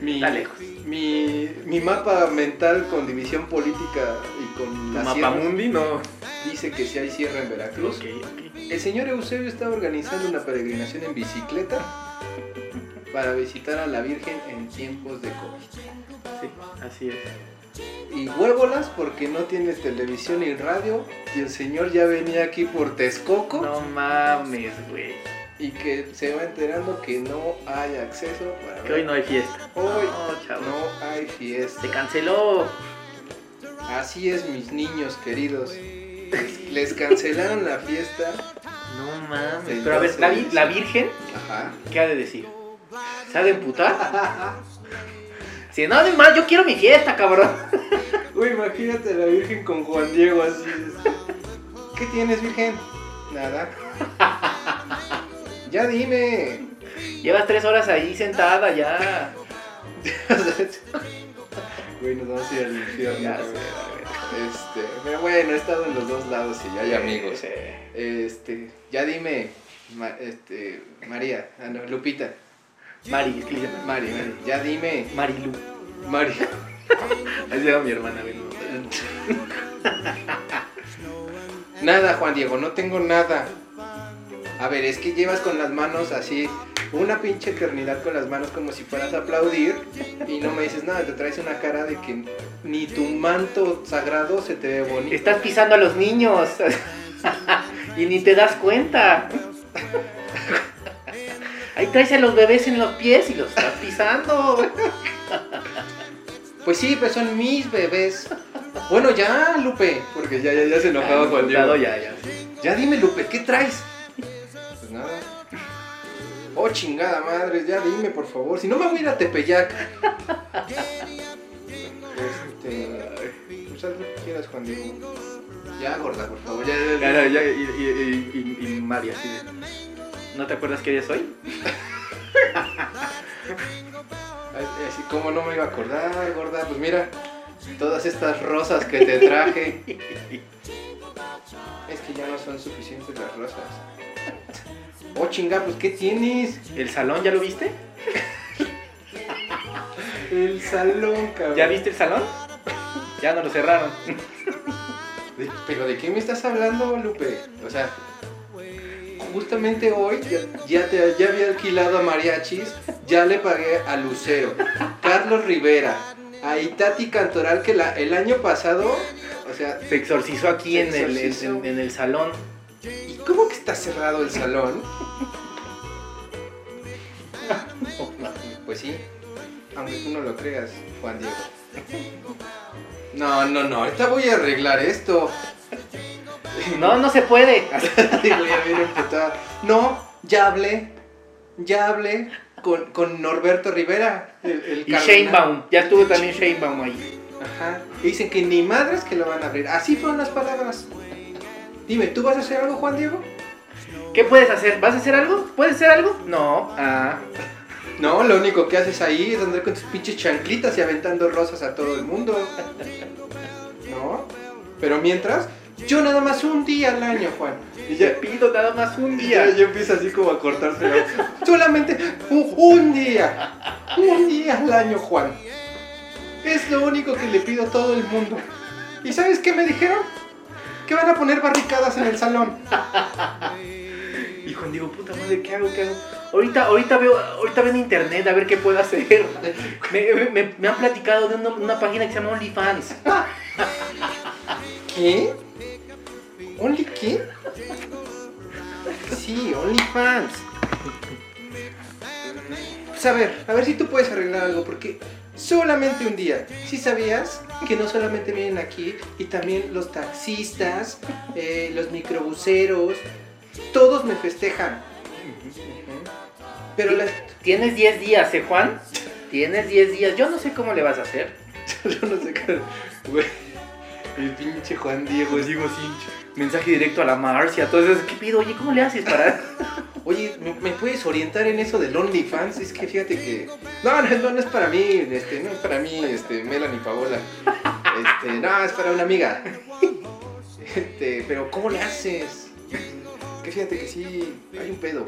Mi- Está lejos. Mi, mi mapa mental con división política y con la sierra Mapamundi, no. dice que si hay sierra en Veracruz. Ok, ok. El señor Eusebio estaba organizando una peregrinación en bicicleta para visitar a la Virgen en tiempos de COVID. Sí, así es. Y huevolas porque no tiene televisión ni radio y el señor ya venía aquí por Texcoco No mames, güey. y que se va enterando que no hay acceso para Que hoy no hay fiesta. Hoy no, chavo. no hay fiesta. Se canceló. Así es, mis niños queridos. Les, les cancelaron la fiesta. No mames. Sí, Pero a ver, sí, la, vi- sí. la Virgen, Ajá. ¿qué ha de decir? ¿Se ha de emputar? Si no, además, yo quiero mi fiesta, cabrón. Uy, imagínate a la Virgen con Juan Diego así. este. ¿Qué tienes, Virgen? Nada. Ya dime. Llevas tres horas ahí sentada ya. Güey, nos vamos a ir al infierno. Ya güey. sé, Este, pero bueno, he estado en los dos lados y ya hay amigos. Eh, Este, ya dime, Ma- este, María, ah, no, Lupita, Mari, es que le llaman Mari, Mari, ya dime, Marilu. Mari. Así llama mi hermana, güey. no. Nada, Juan Diego, no tengo nada. A ver, es que llevas con las manos así, una pinche eternidad con las manos como si fueras a aplaudir y no me dices nada, te traes una cara de que ni tu manto sagrado se te ve bonito. Estás pisando a los niños. [laughs] y ni te das cuenta. Ahí traes a los bebés en los pies y los estás pisando. Pues sí, pues son mis bebés. Bueno, ya, Lupe. Porque ya, ya, ya se enojaba Juan Diego. Emputado ya, ya. Ya dime, Lupe, ¿qué traes? Pues nada. Oh, chingada madre, ya dime, por favor. Si no me voy a ir a Tepeyac. Este. Pues haz lo que quieras. quieras, Juan Diego. Ya, gorda, por favor. Ya, Claro, ya, y, y, y, y, y Mari así de, ¿No te acuerdas qué día es hoy? Ay, Así como no me iba a acordar, gorda. Pues mira, todas estas rosas que te traje. Es que ya no son suficientes las rosas. Oh, chinga, pues ¿qué tienes? ¿El salón ya lo viste? El salón, cabrón. ¿Ya viste el salón? Ya no lo cerraron. De- ¿Pero de qué me estás hablando, Lupe? O sea, justamente hoy ya, ya te, ya había alquilado a Mariachis, ya le pagué a Lucero, Carlos Rivera, a Itati Cantoral, que la- el año pasado, o sea, Se exorcizó aquí Se en, el, en- exorcizó. en- en el salón. ¿y cómo que está cerrado el salón? [laughs] Pues sí, aunque tú no lo creas, Juan Diego. No, no, no, ahorita voy a arreglar esto. No, no se puede. [laughs] Digo, ya viene emputada. No, ya hablé. Ya hablé con, con Norberto Rivera. El, el Y cardenal. Shanebaum. Ya estuvo también Shanebaum ahí. Ajá. Y dicen que ni madres que lo van a abrir. Así fueron las palabras. Dime, ¿tú vas a hacer algo, Juan Diego? ¿Qué puedes hacer? ¿Vas a hacer algo? ¿Puedes hacer algo? No. Ah. No, lo único que haces ahí es andar con tus pinches chanclitas y aventando rosas a todo el mundo. [laughs] No. Pero mientras, yo nada más un día al año, Juan. Y ya, Te pido nada más un Y ya, día. yo empiezo así como a cortarse. la- Solamente un, un día. Un día al año, Juan. Es lo único que le pido a todo el mundo. ¿Y sabes qué me dijeron? Que van a poner barricadas en el salón. Y Juan digo, puta madre, ¿qué hago? ¿Qué hago? Ahorita, ahorita veo, ahorita veo en internet a ver qué puedo hacer. [laughs] Me, me- me han platicado de una, una página que se llama OnlyFans. ¿Qué? ¿Only qué? Sí, OnlyFans. Pues a ver, a ver si tú puedes arreglar algo, porque solamente un día. Si sabías que no solamente vienen aquí, y también los taxistas, eh, los microbuseros, todos me festejan. Pero las- Tienes 10 días, ¿eh, Juan? Tienes 10 días. Yo no sé cómo le vas a hacer. [laughs] yo no sé qué. Güey, el pinche Juan Diego. Pues digo, sí. Mensaje directo a la Marcia. Entonces, ¿qué pido? Oye, ¿cómo le haces para...? [laughs] Oye, ¿me, me puedes orientar en eso del OnlyFans? Es que fíjate que. No, no, no, no es para mí, este, no es para mí, este, Melanie Paola. Este, no, es para una amiga. Este, pero ¿cómo le haces? Es que fíjate que sí, hay un pedo.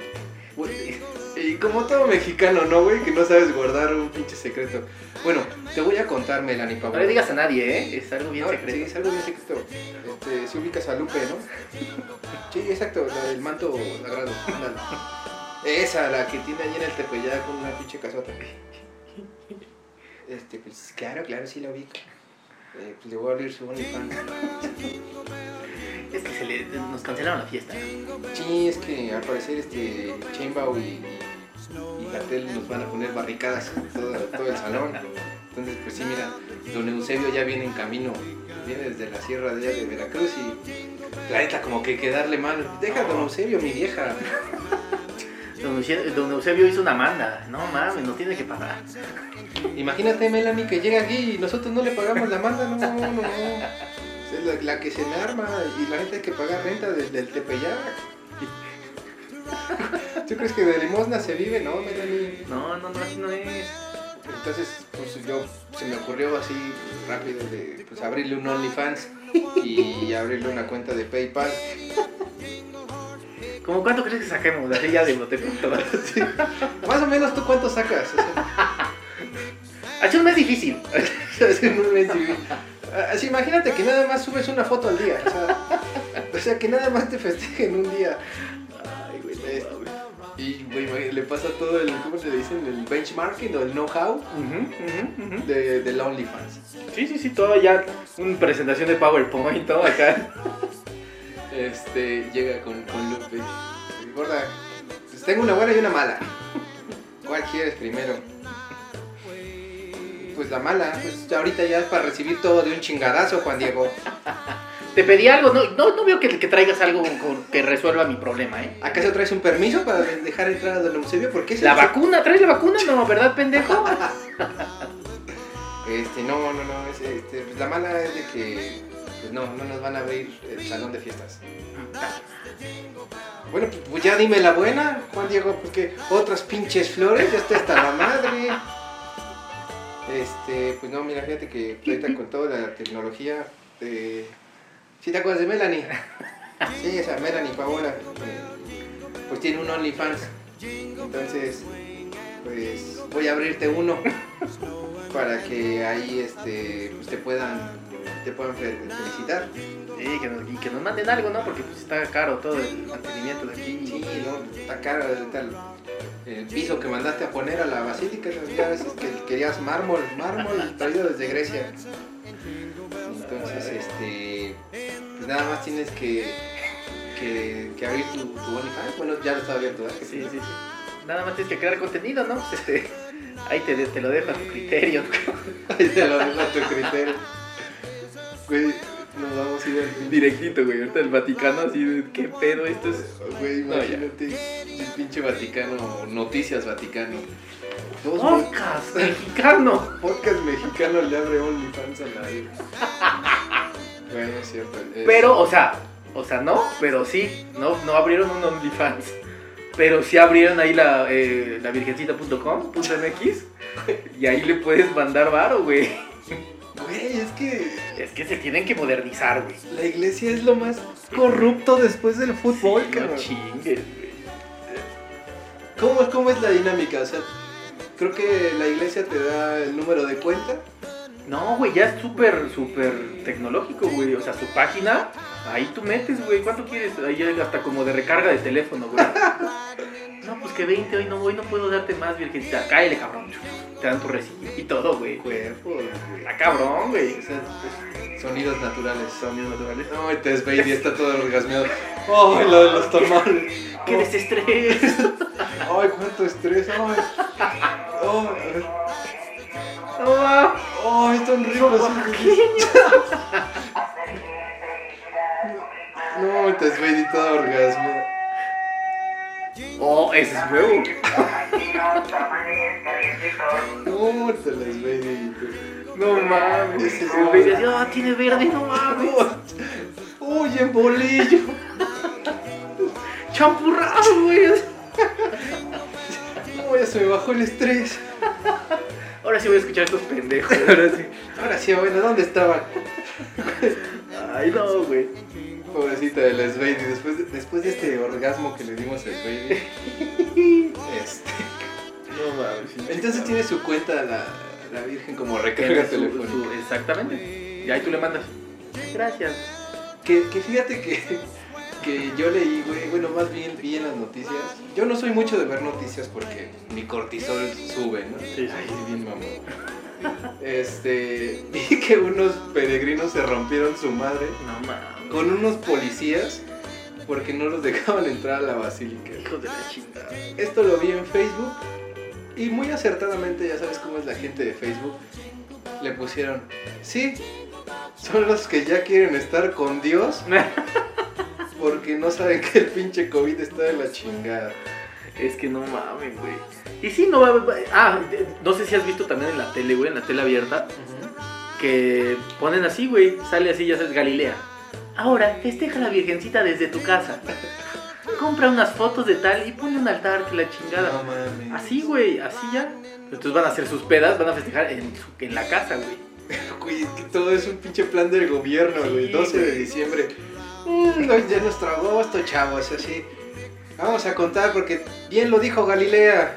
Güey, Y como todo mexicano, ¿no, güey? Que no sabes guardar un pinche secreto. Bueno, te voy a contar, Melanie Paola. No le digas a nadie, ¿eh? Es algo bien No, secreto. Sí, es algo bien secreto. Este, si ubicas a Lupe, ¿no? [laughs] Sí, exacto, la del manto sagrado. ándale. Esa, la que tiene allí en el Tepeyac con una pinche casota. Este, pues claro, claro, sí la ubico. Eh, pues le voy a abrir su OnlyFans. Es que se le, nos cancelaron la fiesta. Sí, es que al parecer este Chambao y, y, y Gatel nos van a poner barricadas en todo, todo el salón. Entonces, pues sí, mira, don Eusebio ya viene en camino. Viene desde la sierra de, allá de Veracruz y la neta como que quedarle mal. Deja a don Eusebio, mi vieja. Don Eusebio, don Eusebio hizo una manda. No mames, nos tiene que pagar. Imagínate, Melanie, que llega aquí y nosotros no le pagamos la manda. No, no, no. Es la, la que se me arma y la neta hay que pagar renta del, del Tepeyac. [laughs] ¿Tú crees que de limosna se vive? No, Melanie. No, no, no, así no es. Entonces, pues yo se me ocurrió así rápido de pues abrirle un OnlyFans y abrirle una cuenta de PayPal. ¿Cómo cuánto crees que saquemos? Así ya de bote pronto. [laughs] Más o menos tú cuánto sacas? [laughs] O Ha sido un mes difícil. sea, es en un mes y- Así Ah, imagínate que nada más subes una foto al día. O sea, o sea, que nada más te festejen un día. Ay, güey, no Y güey, imagínate, le pasa todo el, ¿cómo se le dicen? El benchmarking o el know-how de, del OnlyFans. Sí, sí, sí, todo ya. Una presentación de PowerPoint, todo acá. Este, llega con, con Lupe. Gorda, pues tengo una buena y una mala. ¿Cuál quieres primero? Pues la mala, pues ahorita ya es para recibir todo de un chingadazo, Juan Diego. Te pedí algo, no, no, no veo que, que traigas algo con- que resuelva mi problema, ¿eh? ¿Acaso traes un permiso para de- dejar entrar a Don Eusebio? ¿Por qué se ¿La hizo- vacuna? ¿Traes la vacuna? No, ¿verdad, pendejo? Este, no, no, no, es- este, pues, la mala es de que pues no, no nos van a abrir el salón de fiestas. Bueno, pues, pues ya dime la buena, Juan Diego, porque otras pinches flores, ya está hasta la madre. Este, pues no, mira, fíjate que ahorita con toda la tecnología, eh, ¿sí te acuerdas de Melanie? Sí, esa Melanie Paola, eh, pues tiene un OnlyFans. Entonces, pues voy a abrirte uno para que ahí este, pues, te puedan te puedan fe- felicitar. Sí, que nos, y que nos manden algo, ¿no? Porque pues está caro todo el mantenimiento de aquí. Sí, no, está cara ahorita el, el piso que mandaste a poner a la basílica, ya a veces que querías mármol, mármol traído desde Grecia. Entonces, este, pues nada más tienes que, que, que abrir tu, tu OnlyFans. Bueno, ya lo está abierto, ¿eh? ¿verdad? Sí, sí, sí. Nada más tienes que crear contenido, ¿no? Pues, este, ahí te, te lo dejo a tu criterio. [laughs] Ahí te lo dejo a tu criterio. Güey, nos vamos a ir al pinche- Directito, güey. Ahorita el Vaticano así de qué pedo esto es. Güey, No, ya. imagínate el pinche Vaticano, noticias Vaticano. Dos ¡Podcast mexicano! Podcast mexicano le abre OnlyFans a nadie. [laughs] bueno, es cierto. es- Pero, o sea, o sea, no, pero sí, no, no abrieron un OnlyFans. Pero sí abrieron ahí la, eh, la virgencita.com.mx y ahí le puedes mandar varo, güey. Güey, es que Es que se tienen que modernizar, güey. la iglesia es lo más corrupto después del fútbol, Sí, no cabrón. chingues, güey. ¿Cómo, ¿Cómo es la dinámica? O sea, creo que la iglesia te da el número de cuenta. No, güey, ya es súper, súper tecnológico, güey. O sea, su página, ahí tú metes, güey. ¿Cuánto quieres? Ahí hay hasta como de recarga de [laughs] teléfono, güey. No, pues que 20 hoy no, hoy no puedo darte más, virgencita. Cállate, cabrón. Te dan tu recibo y todo, güey. Cuerpo, güey. Está cabrón, güey. O sea, pues, sonidos naturales. Sonidos naturales. No, te es baby, está todo orgasmeado. ¡Ay, lo de los tamales! ¡Qué [laughs] desestrés! ¡Ay, cuánto estrés! ¡Ay! Oh, ¡Ay! ¡No va! ¡Ay, están ricos! No, te has todo orgasmo. ¡Oh, ese es nuevo! No, te las baby. ¡No mames! Ese es El nuevo. baby así, ¡Ah, tiene verde! ¡No mames! Oye, bolillo. ¡Champurrado, güey! No, ya se me bajó el estrés. Ahora sí voy a escuchar a estos pendejos. Ahora sí. Ahora sí, bueno, ¿dónde estaban? ¡Ay, no, güey! Pobrecita de las baby. Después de, después de este orgasmo que le dimos al baby. [laughs] Este. No mames. Entonces tiene su cuenta la, la virgen como recarga Tiene su- telefónica. su- Exactamente. Y ahí tú le mandas. Gracias. Que, que fíjate que, [laughs] que yo leí, güey, bueno, más bien vi en las noticias. Yo no soy mucho de ver noticias porque mi cortisol sube, ¿no? Sí, sí. Ay, bien mamón. Este, [laughs] vi que unos peregrinos se rompieron su madre No mames. con unos policías porque no los dejaban entrar a la basílica. Hijos de la chingada. Esto lo vi en Facebook y muy acertadamente, ya sabes cómo es la gente de Facebook, le pusieron, sí, son los que ya quieren estar con Dios porque no saben que el pinche COVID está de la chingada. [laughs] Es que no mames, güey. Y sí, no va va- Ah, de- no sé si has visto también en la tele, güey, en la tele abierta, que ponen así, güey. Sale así, ya sabes, Galilea. Ahora, festeja a la virgencita desde tu casa. [laughs] Compra unas fotos de tal y ponle un altar que la chingada. No mames. Así, güey, así ya. Entonces van a hacer sus pedas, van a festejar en, su- en la casa, güey. Güey, es que todo es un pinche plan del gobierno, Sí, güey. 12 de güey. diciembre. Mm, no, ya nos tragó agosto, chavos, así. Vamos a contar porque bien lo dijo Galilea.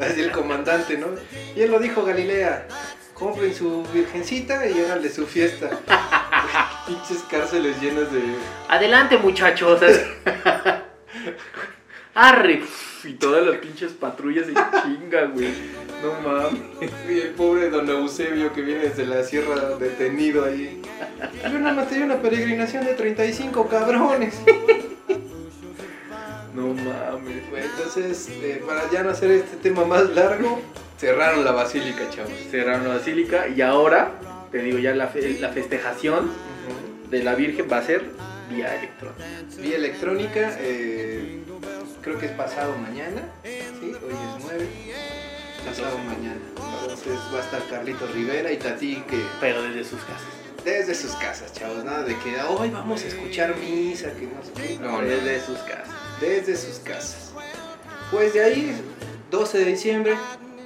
Así el comandante, ¿no? Bien lo dijo Galilea. Compren su virgencita y háganle su [laughs] fiesta. Pinches cárceles llenas de. Adelante, [laughs] muchachos. Arre. Y todas las pinches patrullas se chingan, güey. No mames. Y el pobre don Eusebio que viene desde la sierra detenido ahí. Yo nada más tenía una peregrinación de 35 cabrones. No mames. Bueno, Entonces, eh, para ya no hacer este tema más largo, cerraron la basílica, chavos. cerraron la basílica y ahora, te digo ya, la, fe- la festejación de la Virgen va a ser vía electrónica. Vía electrónica, eh, creo que es pasado mañana, ¿sí? Hoy es 9, pasado mañana. Entonces va a estar Carlito Rivera y Tati que Pero desde sus casas. Desde sus casas, chavos. Nada de que hoy vamos a escuchar misa, que no sé qué. No, no. desde sus casas. Desde sus casas. Pues de ahí, 12 de diciembre,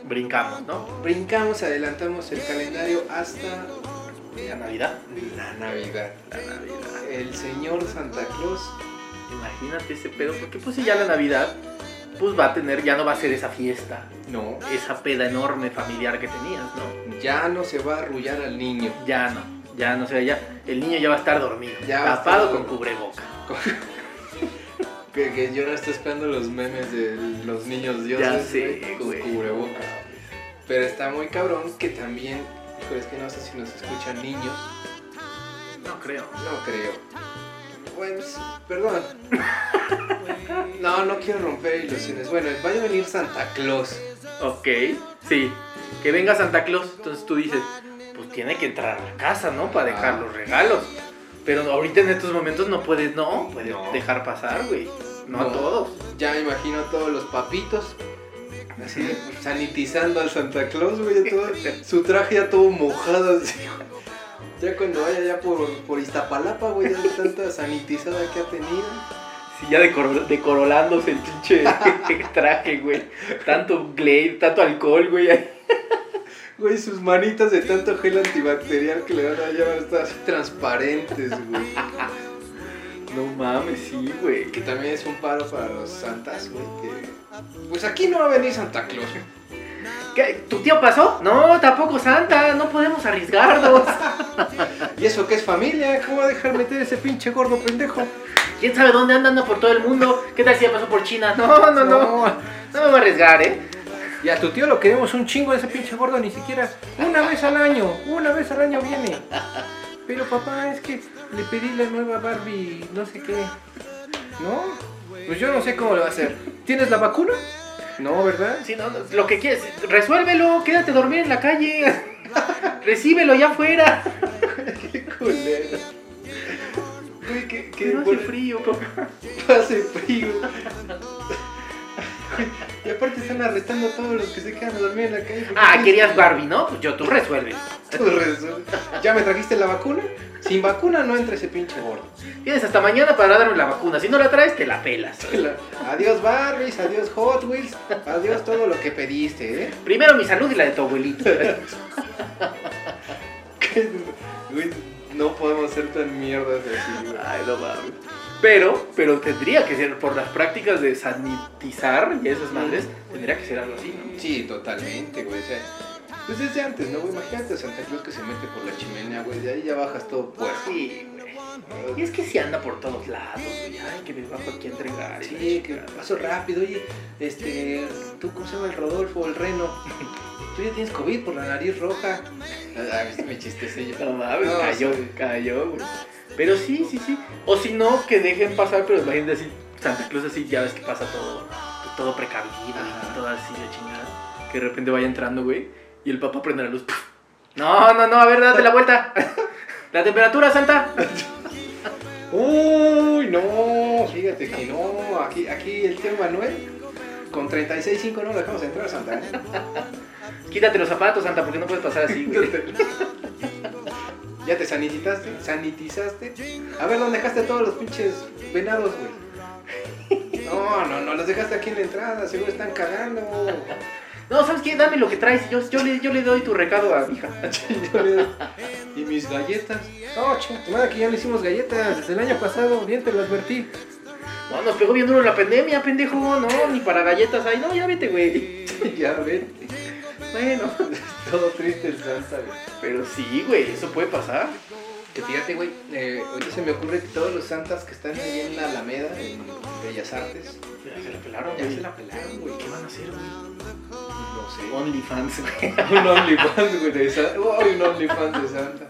Brincamos, ¿no? brincamos, adelantamos el calendario hasta La Navidad. la Navidad. La Navidad. El señor Santa Claus. Imagínate ese pedo, porque pues si ya la Navidad, pues va a tener, ya no va a ser esa fiesta, No, esa peda enorme familiar que tenías, ¿no? Ya no se va a arrullar al niño. Ya no, ya no, o sea, ya, el niño ya va a estar dormido, Ya va a estar tapado con dormido. cubreboca. Que, que yo no estoy esperando los memes de los niños dioses Ya sé, güey, con güey. cubrebocas. Pero está muy cabrón que también, pero es que no sé si nos escuchan niños, No creo. no creo. Bueno, sí, perdón. No, no quiero romper ilusiones. Bueno, vaya a venir Santa Claus. Ok, sí, que venga Santa Claus, entonces tú dices, pues tiene que entrar a la casa, ¿no? Para dejar Ah. los regalos. Pero ahorita en estos momentos no puedes, no, puedes No. dejar pasar, güey. No, a No. todos. Ya me imagino a todos los papitos. Así de, sanitizando al Santa Claus, güey. ya todo- su traje ya todo mojado. así. Ya cuando vaya ya por, por Iztapalapa, güey, ya de tanta sanitizada que ha tenido. Sí, ya decor- decorolándose el pinche [laughs] traje, güey. Tanto Glade, tanto alcohol, güey. Güey, sus manitas de tanto gel antibacterial que le van a llevar estar así transparentes, güey. No mames, sí, güey. Que también es un paro para los santas, güey. que, Pues aquí no va a venir Santa Claus. ¿Qué? ¿Tu tío pasó? No, tampoco Santa, no podemos arriesgarnos. ¿Y eso qué es familia? ¿Cómo va a dejar meter ese pinche gordo pendejo? ¿Quién sabe dónde andan no por todo el mundo? ¿Qué tal si ya pasó por China? No, no, no. No me voy a arriesgar, ¿eh? Y a tu tío lo queremos un chingo de ese pinche gordo, ni siquiera una vez al año, una vez al año viene. Pero papá, es que le pedí la nueva Barbie, no sé qué. ¿No? Pues yo no sé cómo le va a hacer. ¿Tienes la vacuna? No, ¿verdad? [laughs] Sí, no, no, lo que quieres, resuélvelo, quédate a dormir en la calle. [laughs] Recíbelo ya afuera. Culero. Güey, qué, qué Pero hace buen- frío, papá. [laughs] hace frío. y aparte están arrestando a todos los que se quedan a dormir en la calle. porque Ah, no querías Barbie, ¿no? Pues yo, tú resuelves. Tú resulta. ¿Ya me trajiste la vacuna? Sin vacuna no entra ese pinche gordo. Tienes hasta mañana para darme la vacuna. Si no la traes, te la pelas. Adiós Barbies, adiós Hot Wheels, adiós todo lo que pediste, ¿eh? Primero mi salud y la de tu abuelito. Que- [laughs] güey, no podemos ser tan mierdas de así, güey. [laughs] Ay, no mames. Pero, pero tendría que ser, por las prácticas de sanitizar y esas madres, tendría que ser algo así, ¿no? Sí, totalmente, güey. O sea, pues desde antes, ¿no, güey? Imagínate a Santa Claus que se mete por la chimenea, güey. De ahí ya bajas todo puerco. Sí, güey. Y es que si anda por todos lados, güey. Ay, que me bajo aquí a entregar. y la Sí, que chingada. paso rápido, oye, este, tú cómo se llama el Rodolfo, el reno, tú ya tienes COVID por la nariz roja. Ah, viste mi chistecillo. No mames, No, cayó, cayó, güey. Pero sí, sí, sí. O si no, que dejen pasar, pero imagínate así, Santa Claus así, ya ves que pasa todo, todo precavido Ajá. y todo así de chingada. Que de repente vaya entrando, güey, y el papá prende la luz. ¡puf! No, no, no, a ver, date la vuelta. [laughs] La temperatura, Santa. Uy, no, fíjate que no, aquí, aquí el tío Manuel, con 36.5 no lo dejamos entrar a Santa. ¿eh? Quítate los zapatos, Santa, porque no puedes pasar así, [laughs] güey. Ya te sanitizaste, sanitizaste. A ver, ¿dónde dejaste a todos los pinches venados, güey? [laughs] No, no, no, los dejaste aquí en la entrada, seguro están cagando. [laughs] No, ¿sabes qué? Dame lo que traes. Yo, yo, le, yo le doy tu recado a mi hija. Y mis galletas. No, chinga, tu madre, que ya no hicimos galletas desde el año pasado, bien te lo advertí. No, nos pegó bien duro la pandemia, pendejo. No, ni para galletas. Ay, no, ya vete, güey. [laughs] Ya ven, Bueno. [laughs] todo triste el Santa, güey. Pero sí, güey, eso puede pasar. Que fíjate, güey, eh, ahorita se me ocurre que todos los Santas que están ahí en la Alameda, en Bellas Artes, Ya se la pelaron, ya güey. se la pelaron, güey. ¿Qué van a hacer, güey? No sé. [laughs] OnlyFans, güey. [laughs] Un OnlyFans, güey, de Santa. Uy, un OnlyFans de Santa.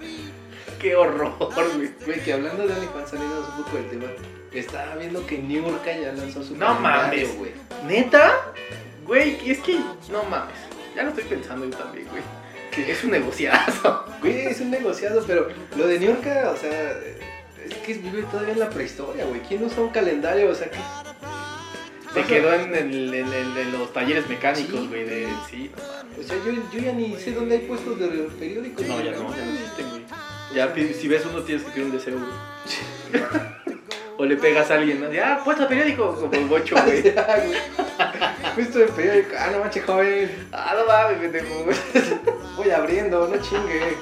Qué horror, güey. Güey, que hablando de OnlyFans, saliendo un poco del tema, estaba viendo que Niurka ya lanzó su No calendario, mames. güey. ¿Neta? Güey, es que no mames. Ya lo estoy pensando yo también, güey. Que es un [laughs] negociazo. Güey, es un negociado, pero lo de Niurka, o sea, es que vive todavía en la prehistoria, güey. ¿Quién usa un calendario? O sea, que Se quedó en, el- en el- en los talleres mecánicos, Sí, güey. de- güey. Sí, no mames. [laughs] O sea, yo, yo ya ni sé dónde hay puestos de periódicos. No, ya no. O Ya, pi- si ves uno, tienes que pedir un deseo, güey. [laughs] o le pegas a alguien, ¿no? De, ah, puesto periódico, como el bocho, güey. Justo el periódico. Ah, no manches, joven. [laughs] ah, no mames, pendejo, güey. Voy abriendo, no chingue.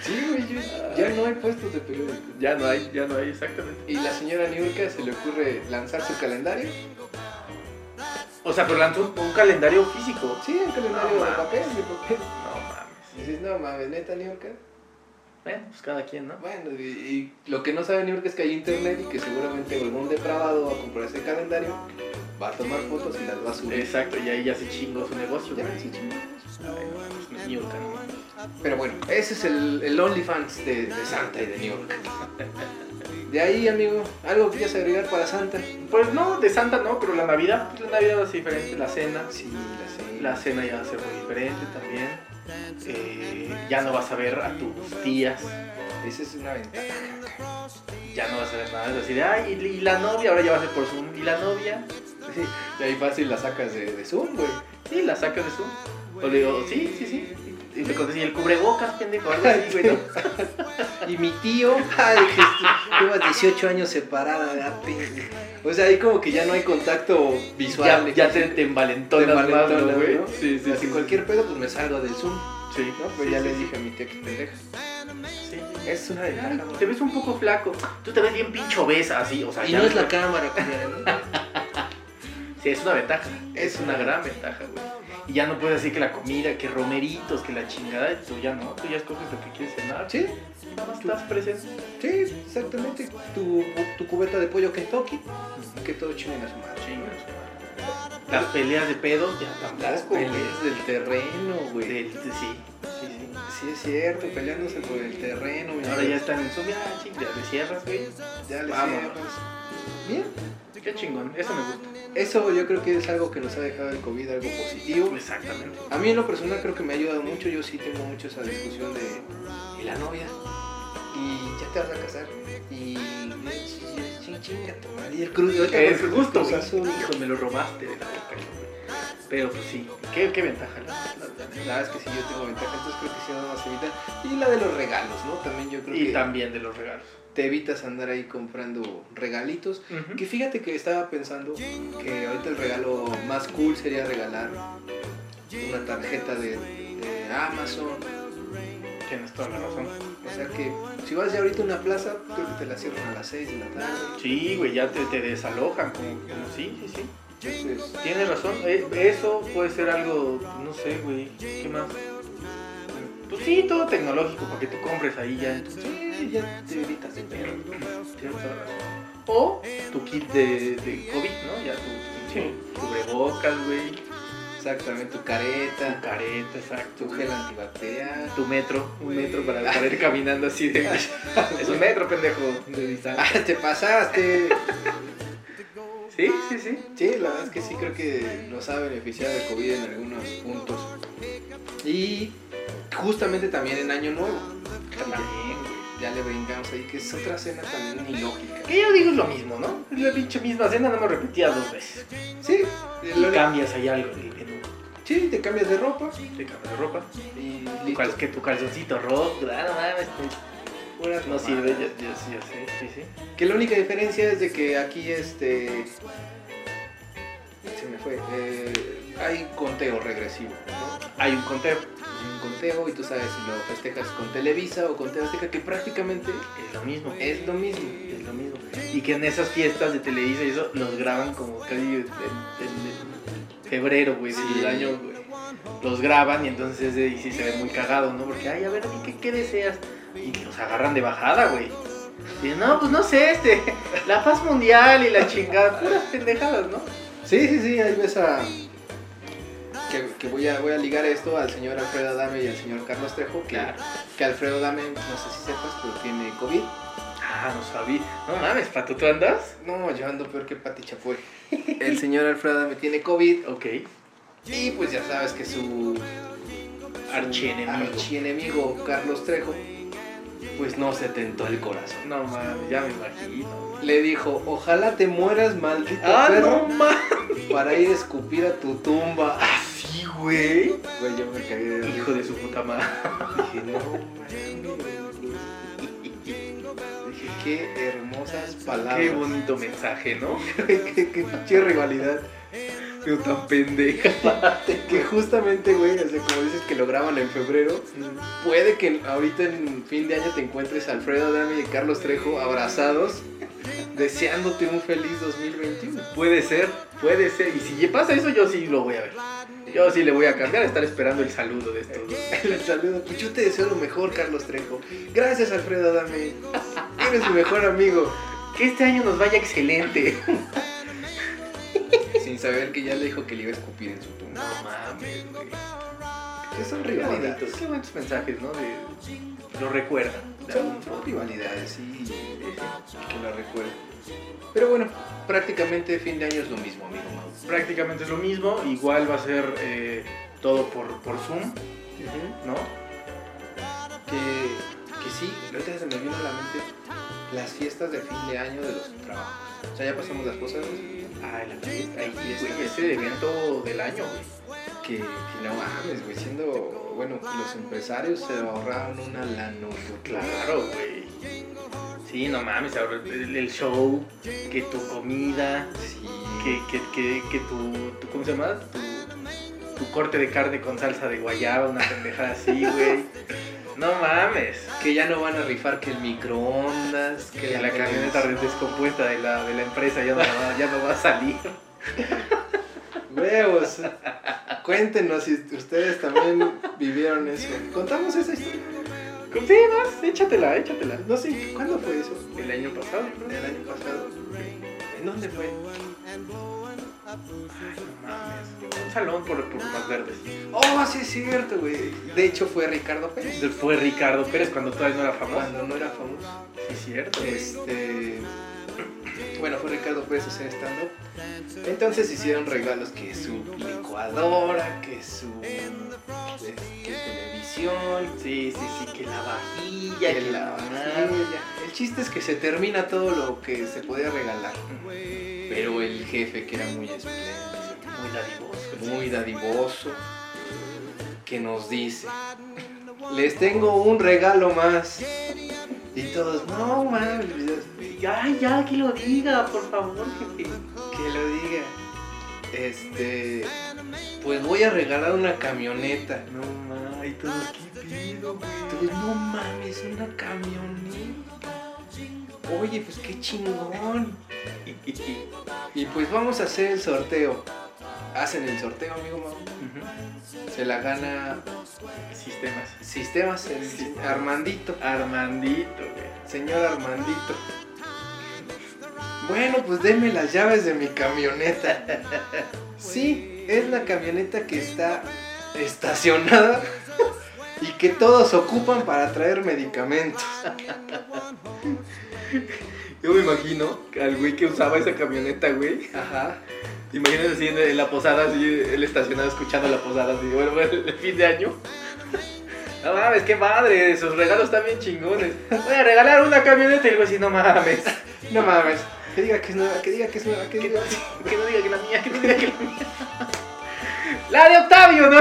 Sí, güey, yo- ya no hay puestos de periódico. Ya no hay, ya no hay, exactamente. Y la señora Niurka se le ocurre lanzar su calendario. O sea, pero lanzó un, un calendario físico. Sí, un calendario No de mames. papel, de papel. No mames. Y dices, no mames, neta Niurka. Bueno, pues cada quien, ¿no? Bueno, y, y lo que no sabe Niurka es que hay internet y que seguramente algún depravado va a comprar ese calendario, va a tomar fotos y las va a subir. Exacto, y ahí ya se chingó su negocio, Ya, güey. sí, chingón. Ay, no, pues, ni- ni un can- Pero bueno, ese es el, el OnlyFans de, de Santa y de Niurka. De ahí, amigo, algo quieres agregar para Santa. Pues no, de Santa no, pero la Navidad, pues, la Navidad va a ser diferente, la cena. Sí, la sé. La cena ya va a ser muy diferente también. Eh, ya no vas a ver a tus tías, Esa es una ventaja. [laughs] cabrón. ya no vas a ver nada. Es decir, ay, y, y la novia, ahora ya va a ser por Zoom. Y la novia, Sí, de ahí fácil la sacas de, de Zoom, güey. sí, la sacas de Zoom. O le digo, sí, sí, sí. Y te contesté, y el cubrebocas, pendejo, algo así, güey. ¿no? Y mi tío, [laughs] ay, que llevas 18 años separada, ¿verdad, pendejo? O sea, ahí como que ya no hay contacto [laughs] visual. Ya, ya te, te Te envalentonas más, envalentonas, ¿no, güey. ¿no? Sí, sí, Así sí, cualquier pedo, pues me salgo del Zoom, ¿no? Sí, Pero sí, ya sí, les sí. dije a mi tía que pendeja. Sí. Es una Ay, ventaja, güey. te ves un poco flaco. Tú te ves bien pincho ves así, o sea, Y ya no es la cámara, culera, [laughs] Sí, es una ventaja. Es una gran ventaja, güey. Y ya no puedes decir que la comida, que romeritos, que la chingada, tú ya no, tú ya escoges lo que quieres ¿no? cenar. Sí, Nada más estás presente. sí, exactamente. Tu, tu cubeta de pollo Kentucky, que todo chinguen a su madre. Chingas, güey. Las peleas de pedos ya tampoco. Las güey. peleas del terreno, güey. Del- de- sí, sí, sí. Sí, es cierto, peleándose por el terreno. mi Ahora amor. ya están en Zoom, ya chingas, le cierras, güey. Ya le Vamos. cierras. Bien, Qué chingón, eso me gusta. eso yo creo que es algo que nos ha dejado el COVID, algo positivo. Pues Exactamente. A mí en lo personal creo que me ha ayudado mucho, yo sí tengo mucho esa discusión de... ¿Y la novia? ¿Y ya te vas a casar? ¿Y... y- ching, chinga tu madre, y el cruz? y ahorita Es con el justo, Cruz güey. Pues, Azul, hijo. Hijo, me lo robaste de la boca, güey. Pero pues sí, qué, qué ventaja. la- la- La verdad es que sí, yo tengo ventaja, entonces creo que sí nada más evitar. Y la de los regalos, ¿no? También yo creo Y que también de los regalos. te evitas andar ahí comprando regalitos. Que fíjate que estaba pensando que ahorita el regalo más cool sería regalar una tarjeta de, de Amazon. Tienes toda la razón. O sea que si vas ya ahorita a una plaza, creo que te la cierran a las 6 de la tarde. Sí, güey, ya te, te desalojan, como, como- sí, sí, sí. Entonces, Tienes razón, eh, eso puede ser algo, no sé, güey, ¿qué más? Pues sí, todo tecnológico, para que tú compres ahí ya en tu sí, ya te evitas de dinero. perro. Tienes toda la razón. O tu kit de, de COVID, ¿no? Ya tu pinche cubrebocas, güey, Exactamente, tu tu careta, careta, exacto, tu gel antibacterial. [laughs] tu metro, un metro para [laughs] poder ir caminando así de... es un metro, pendejo, de distancia. ¡Ah, te pasaste! Sí, sí, sí. Sí, la verdad es que sí creo que nos ha beneficiado el COVID en algunos puntos. Y justamente también en Año Nuevo. También, güey. Ya le brincamos ahí, que es otra cena también ilógica. Que yo digo es lo mismo, ¿no? Es la pinche misma cena, no me repetías dos veces. Sí, Y lo- cambias ahí algo en el menú. sí, te cambias de ropa Te cambias de ropa. y Tu listo. cal- que tu calzoncito rojo, ah, no mames. te- Puras No mamadas. sirve, yo, yo sí, yo sé, sí, sí. Que la única diferencia es de que aquí este. Se me fue. eh, hay conteo regresivo, ¿no? Hay un conteo. Hay un conteo y tú sabes si lo festejas con Televisa o con TV Azteca, que prácticamente Es lo mismo. Es, es lo mismo. lo mismo. Y que en esas fiestas de Televisa y eso los graban como casi en, en- en febrero, güey, Sí. del año, güey. Los graban y entonces eh, y sí se ve muy cagado, ¿no? Porque, ay, a ver, ¿qué, qué deseas? Y los agarran de bajada, güey. Y no, pues no sé, este, la paz mundial y la chingada, puras pendejadas, ¿no? Sí, sí, sí, ahí ves a. Que, que voy, a, voy a ligar esto al señor Alfredo Adame y al señor Carlos Trejo. Que, Claro. que Alfredo Adame, no sé si sepas, pero tiene COVID. Ah, no sabía. No mames, ¿pato tú andas? No, yo ando peor que Pati Chapoy. [laughs] El señor Alfredo Adame tiene COVID. Ok. Y pues ya sabes que su. su Archienemigo. archienemigo Carlos Trejo. Pues no se tentó el corazón. No mames, ya me imagino. Le dijo: Ojalá te mueras, maldito Ah, [laughs] perro, no mames. para ir a escupir a tu tumba. Sí, güey. Güey, yo me cagué de Ah, Hijo de su puta madre. Dije, no mames. Dije, qué hermosas palabras. Qué bonito mensaje, ¿no? [laughs] Qué- qué, qué pinche rivalidad. Pero tan pendeja. Que justamente, güey, o sea, como dices que lo graban en febrero, puede que ahorita en fin de año te encuentres a Alfredo Dami y Carlos Trejo abrazados, deseándote un feliz 2021. Puede ser, puede ser. Y si pasa eso, yo sí lo voy a ver. Yo sí le voy a cambiar a estar esperando el saludo de estos. dos. [laughs] Les saludo. Pues yo te deseo lo mejor, Carlos Trejo. Gracias, Alfredo Dami. Eres mi mejor amigo. Que este año nos vaya excelente. [laughs] Sin saber que ya le dijo que le iba a escupir en su tumba. No mames, güey. Que son Qué rivalidades. bonitos, qué bonitos mensajes, ¿no? De, lo recuerda. de algún Son, modo. son rivalidades, sí. eh, Que la recuerdo. Pero bueno, prácticamente fin de año es lo mismo, amigo Mau. Prácticamente es lo mismo. Igual va a ser eh, todo por, por Zoom, ¿no? que, que sí, ahorita se me vino a la mente las fiestas de fin de año de los trabajos. O sea, ya pasamos las cosas Ah, la Ahí está. Güey, ese evento del año, güey. que, que no mames, güey, siendo, bueno, los empresarios se ahorraron una lana, güey. Claro, güey. Sí, no mames, ahora el, el show, que tu comida, Sí. que, que, que, que tu, tu- ¿cómo se llama? Tu, tu corte de carne con salsa de guayaba, una pendejada así, güey. No mames. Que ya no van a rifar que el microondas, que Que la camioneta re- descompuesta de la, de la empresa ya no, va, ya no va a salir. Huevos. Cuéntenos si ustedes también vivieron eso. Contamos esa historia. Pues Sí, vas, échatela, échatela. No sé, ¿cuándo fue eso? El año pasado, yo creo. ¿El año pasado? ¿En dónde fue? No mames. Un salón por, por más verdes. Oh, sí es cierto, güey. De hecho fue Ricardo Pérez. Fue Ricardo Pérez cuando todavía no era famoso. Cuando no era famoso. Sí, cierto. güey. Este. Bueno, fue Ricardo Pérez hacer stand-up. Entonces hicieron regalos que su licuadora, que su. este, televisión, Sí, sí, sí, que la vajilla, que la vajilla. El chiste es que se termina todo lo que se podía regalar. Pero el jefe, que era muy espléndido, Muy dadivoso. muy dadivoso, que nos dice, les tengo un regalo más. Y todos, no mames, que Ay, ya, que lo diga, por favor, jefe. lo diga. Este, pues voy a regalar una camioneta. No mames, y todos qué pido, güey. Todos, no mames, una camioneta. Oye, pues qué chingón. Y pues vamos a hacer el sorteo. Hacen el sorteo, amigo. Mau. Se la gana Sistemas. Sistemas, el Armandito. Armandito, güey. Señor Armandito. Bueno, pues deme las llaves de mi camioneta. [laughs] Sí, es la camioneta que está estacionada [laughs] y que todos ocupan para traer medicamentos. Yo me imagino al güey que usaba esa camioneta, güey. Ajá. Imagínate así en, en la posada, así, él estacionado escuchando la posada, así, bueno, bueno, el fin de año. [laughs] No mames, qué madre, sus regalos están bien chingones. Voy a regalar una camioneta y el güey así, no mames. [laughs] No mames. Que diga que es nueva, que diga que es nueva, que Que, diga. que no diga que la mía, que no diga que la mía. La de Octavio, ¿no?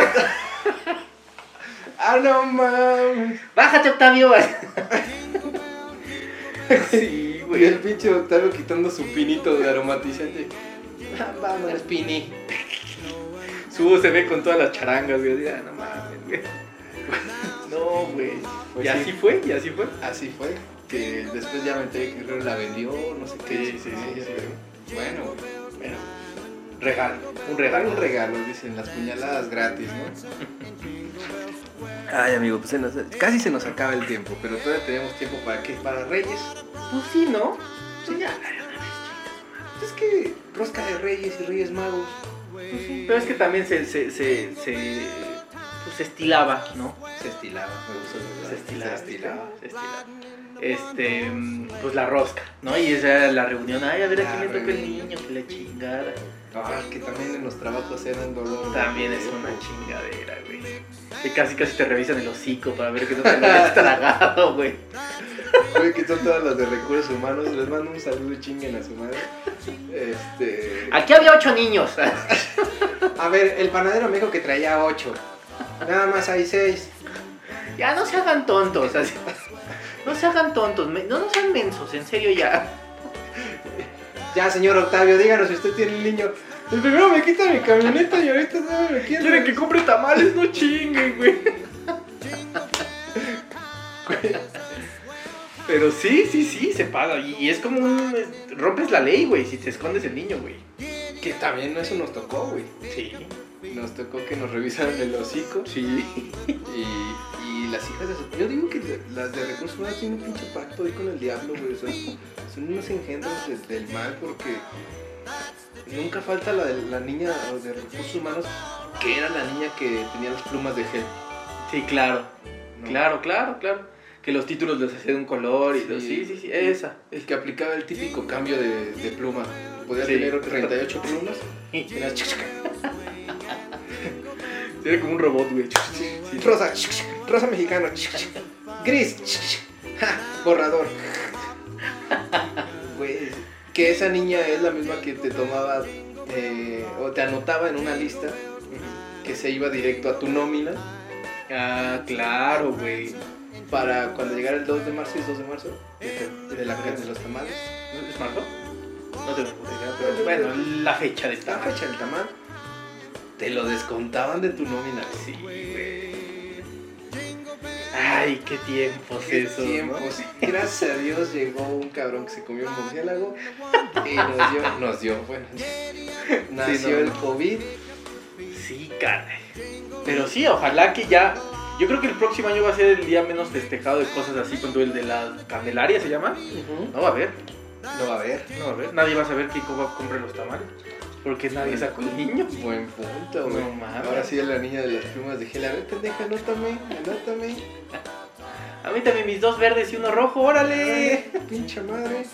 Ah, no mames. Bájate, Octavio. sí, Y el pinche Octavio quitando su pinito de aromatizante. Ah, Vámonos, Pini. Subo se ve con todas las charangas, güey. así, ah, no mames, güey. No, güey. Pues sí. y así fue, y así fue. Así fue, que después ya me enteré que Guerrero la vendió, no sé qué. Sí, sí, sí, sí. Bueno, güey. Bueno, regalo, un Dar regalo. un regalo, dicen, las puñaladas gratis, [laughs] ¿no? Ay, amigo, pues se nos... Casi se nos acaba el tiempo, pero todavía tenemos tiempo para qué? Para Reyes. Pues sí, ¿no? Es que rosca de Reyes y Reyes Magos. Pero es que también se, se, se, se, pues, se estilaba, ¿no? Se estilaba, me gustó. Se estilaba. Se estilaba. Se estilaba. Este, pues la rosca, ¿no? Y esa era la reunión. Ay, a ver, La aquí me toca el reunión. niño, que la chingada. Ah, que también en los trabajos era un dolor. También es una chingadera, güey. Que casi casi te revisan el hocico para ver que no te [laughs] lo hayas tragado, güey. Güey, que son todas las de recursos humanos. Les mando un saludo y chinguen a su madre. Este. Aquí había ocho niños. A ver, el panadero me dijo que traía 8. Nada más hay 6. [laughs] Ya no se hagan tontos. así. No se hagan tontos. me- No, no sean mensos, en serio ya. Ya, señor Octavio, díganos si usted tiene el niño. El primero me quita mi camioneta y ahorita no me quiere. compre tamales, no chinguen, güey. Pero sí, sí, sí, se paga. Y y es como un. es- Rompes la ley, güey, si te escondes el niño, güey. Que también eso nos tocó, güey. Sí. Nos tocó que nos revisaron el hocico. Sí. Y, y las hijas de su- Yo digo que de- las de recursos humanos tienen un pinche pacto ahí con el diablo, güey. Son, son unos engendros desde el mal porque nunca falta la, de- la niña de recursos humanos que era la niña que tenía las plumas de gel. Sí, claro. ¿no? Claro, claro, claro. Que los títulos los hacía de un color y Sí. todo. Sí, sí, sí. Esa. El que aplicaba el típico cambio de, de pluma. Podía Sí. tener 38 plumas. y era chic, chic, Era como un robot, güey. chic, Rosa, chic, chic, rosa mexicano, chic, chic, gris, chic, chic, ja, borrador. [laughs] Güey, que esa niña es la misma que te tomaba eh, o te anotaba en una lista que se iba directo a tu nómina Ah, claro, güey. para cuando llegara el 2 de marzo y es 2 de marzo de, de la fecha de los tamales. ¿No ¿Es marzo? No tengo ni idea, pero bueno, la fecha de La esta fecha del tamal te lo descontaban de tu nómina. güey. Sí, güey. Ay, qué tiempos Qué esos, ¿no? tiempos. [laughs] Gracias a Dios llegó un cabrón que se comió un murciélago y [laughs] nos dio, nos dio, bueno, nació no. el COVID. Sí, caray. Pero sí, ojalá que ya. Yo creo que el próximo año va a ser el día menos festejado de cosas así, cuando el de la Candelaria se llama. No va a haber, No va a haber. no va a haber. Nadie va a saber quién co- compre los tamales. Porque nadie sacó el niño. Buen punto, güey. No mames. Ahora sí es la niña de las plumas de gel. A ver, pendeja, anótame, anótame. A mí también mis dos verdes y uno rojo, órale. Pinche madre.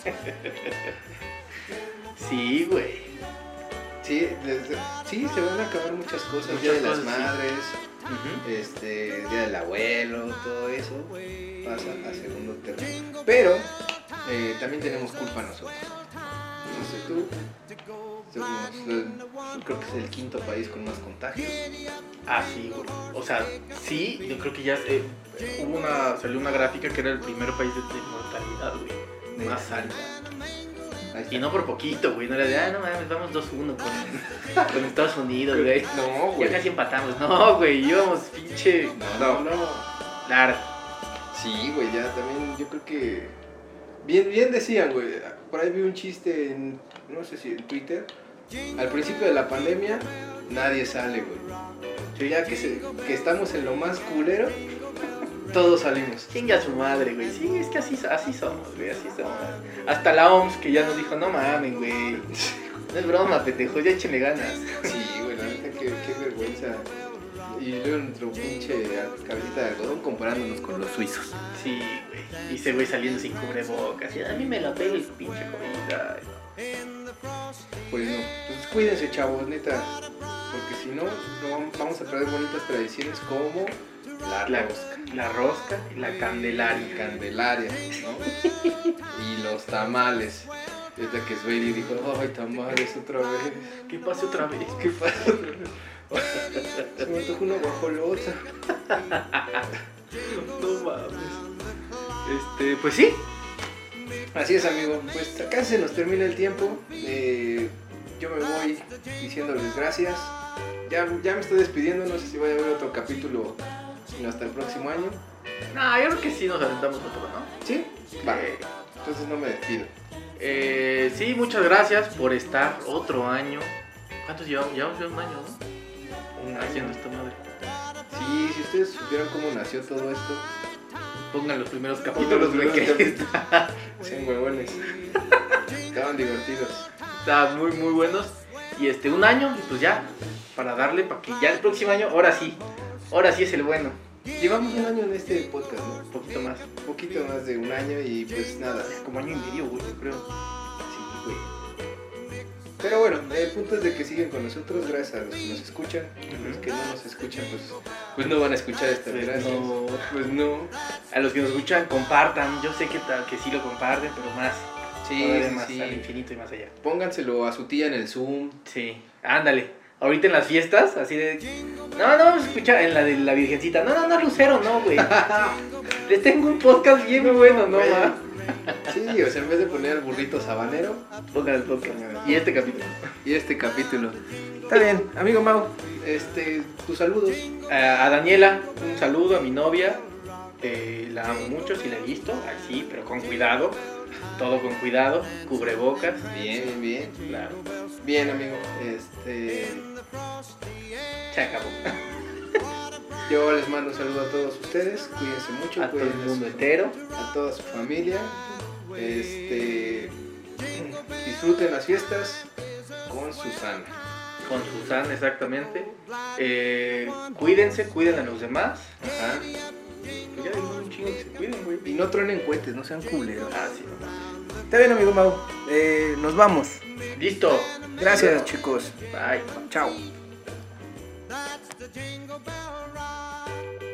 Sí, güey. Sí, desde- sí, se van a acabar muchas cosas. Muchas día de las cosas, sí. madres, Ujú. este, día del abuelo, todo eso. Pasa a segundo terreno. Pero eh, también tenemos culpa nosotros. No sé tú. Somos, eh, creo que es el quinto país con más contagios. Ah, sí, güey. O sea, sí, yo creo que ya eh, hubo una, salió una gráfica que era el primer país de de mortalidad, güey. Más alta. Ahí está. Y no por poquito, güey. No era de, ah, no mames, vamos 2-1 con, con Estados Unidos, güey. No, Ya güey. casi empatamos. No, güey, íbamos pinche No, no, no. largo. Sí, güey, ya también yo creo que... Bien, bien decían, güey. Por ahí vi un chiste en, no sé si en Twitter. Al principio de la pandemia, nadie sale, güey. Yo ya que, se- que estamos en lo más culero, todos salimos. Chinga su madre, güey. Sí, es que así, así somos, güey, así somos. Hasta la OMS que ya nos dijo, no mames, güey. No es broma, pendejo, ya échenle ganas. Sí, güey, la neta, qué, qué vergüenza. Y luego nuestro pinche cabecita de algodón comparándonos con los suizos. Sí, güey. Y ese güey saliendo sin cubrebocas. Y a mí me la pega el pinche comida. Pues no, pues cuídense chavos, neta. Porque si no, no vamos- vamos a perder bonitas tradiciones como la, La- rosca. La rosca y la y candelaria. Candelaria, ¿no? y los tamales. Desde que Sveiri dijo, ay, tamales otra vez. ¿Qué pasa otra vez? ¿Qué pasa? Se me antojó una guajolota. No mames. Este, pues sí. Así es, amigo. Pues acá se nos termina el tiempo. Eh, yo me voy diciéndoles gracias. Ya, ya me estoy despidiendo. No sé si vaya a haber otro capítulo sino hasta el próximo año. No, yo creo que sí nos aventamos otro, ¿no? ¿Sí? Va. Eh, Entonces no me despido. eh, sí, muchas gracias por estar otro año. ¿Cuántos llevamos? Llevamos ya un año, ¿no? Un Haciendo año. esta madre. Sí, si ustedes supieran cómo nació todo esto. Pongan los primeros Pongan los capítulos, güey, primeros que [laughs] capítulos. Cien huevones. [laughs] Estaban divertidos. está muy, muy buenos. Y este, un año, y pues ya, para darle, para que ya el próximo año, ahora sí, ahora sí es el bueno. Llevamos un año en este podcast, ¿no? Un poquito más, Un poquito más de un año y pues nada. como año y medio, güey, yo creo. Sí, güey. Pero bueno, el punto es de que siguen con nosotros, gracias a los que nos escuchan. Los que no nos escuchan, pues, pues no van a escuchar estas Pues gracias. no. Pues no. A los que nos escuchan, compartan. Yo sé que, tal, que sí lo comparten, pero más, Sí, todavía sí, más, al sí. infinito y más allá. Pónganselo a su tía en el Zoom. Sí, ándale. Ahorita en las fiestas, así de. No, no vamos a escuchar en la de la Virgencita. No, no, no, Lucero, no, [laughs] güey. Les tengo un podcast bien bueno, no, Güey. ma. [laughs] Sí, o sea, Pues en vez de poner al burrito sabanero, Pongan el podcast. Y este capítulo. Y este capítulo. Está bien, amigo Mau. este, tus saludos. A, a Daniela, un saludo a mi novia. Eh, la amo mucho, si la he visto. Así, pero con cuidado. Todo con cuidado. Cubrebocas. Bien, bien. Claro. Bien, amigo. Este, Se acabó. yo les mando un saludo a todos ustedes. Cuídense mucho, A todo el cuiden a mundo su- entero. a toda su familia. Este, disfruten las fiestas con Susana. Con Susan, exactamente. Eh, cuídense, cuiden a los demás. Ajá. Pues ya hay un chingo que se cuiden, güey. Y no tronen cohetes, no sean culeros. Ah, sí. Está bien, amigo Mau. Eh, nos vamos. Listo. Gracias, chicos. Bye. Chao. That's the jingle bell ride.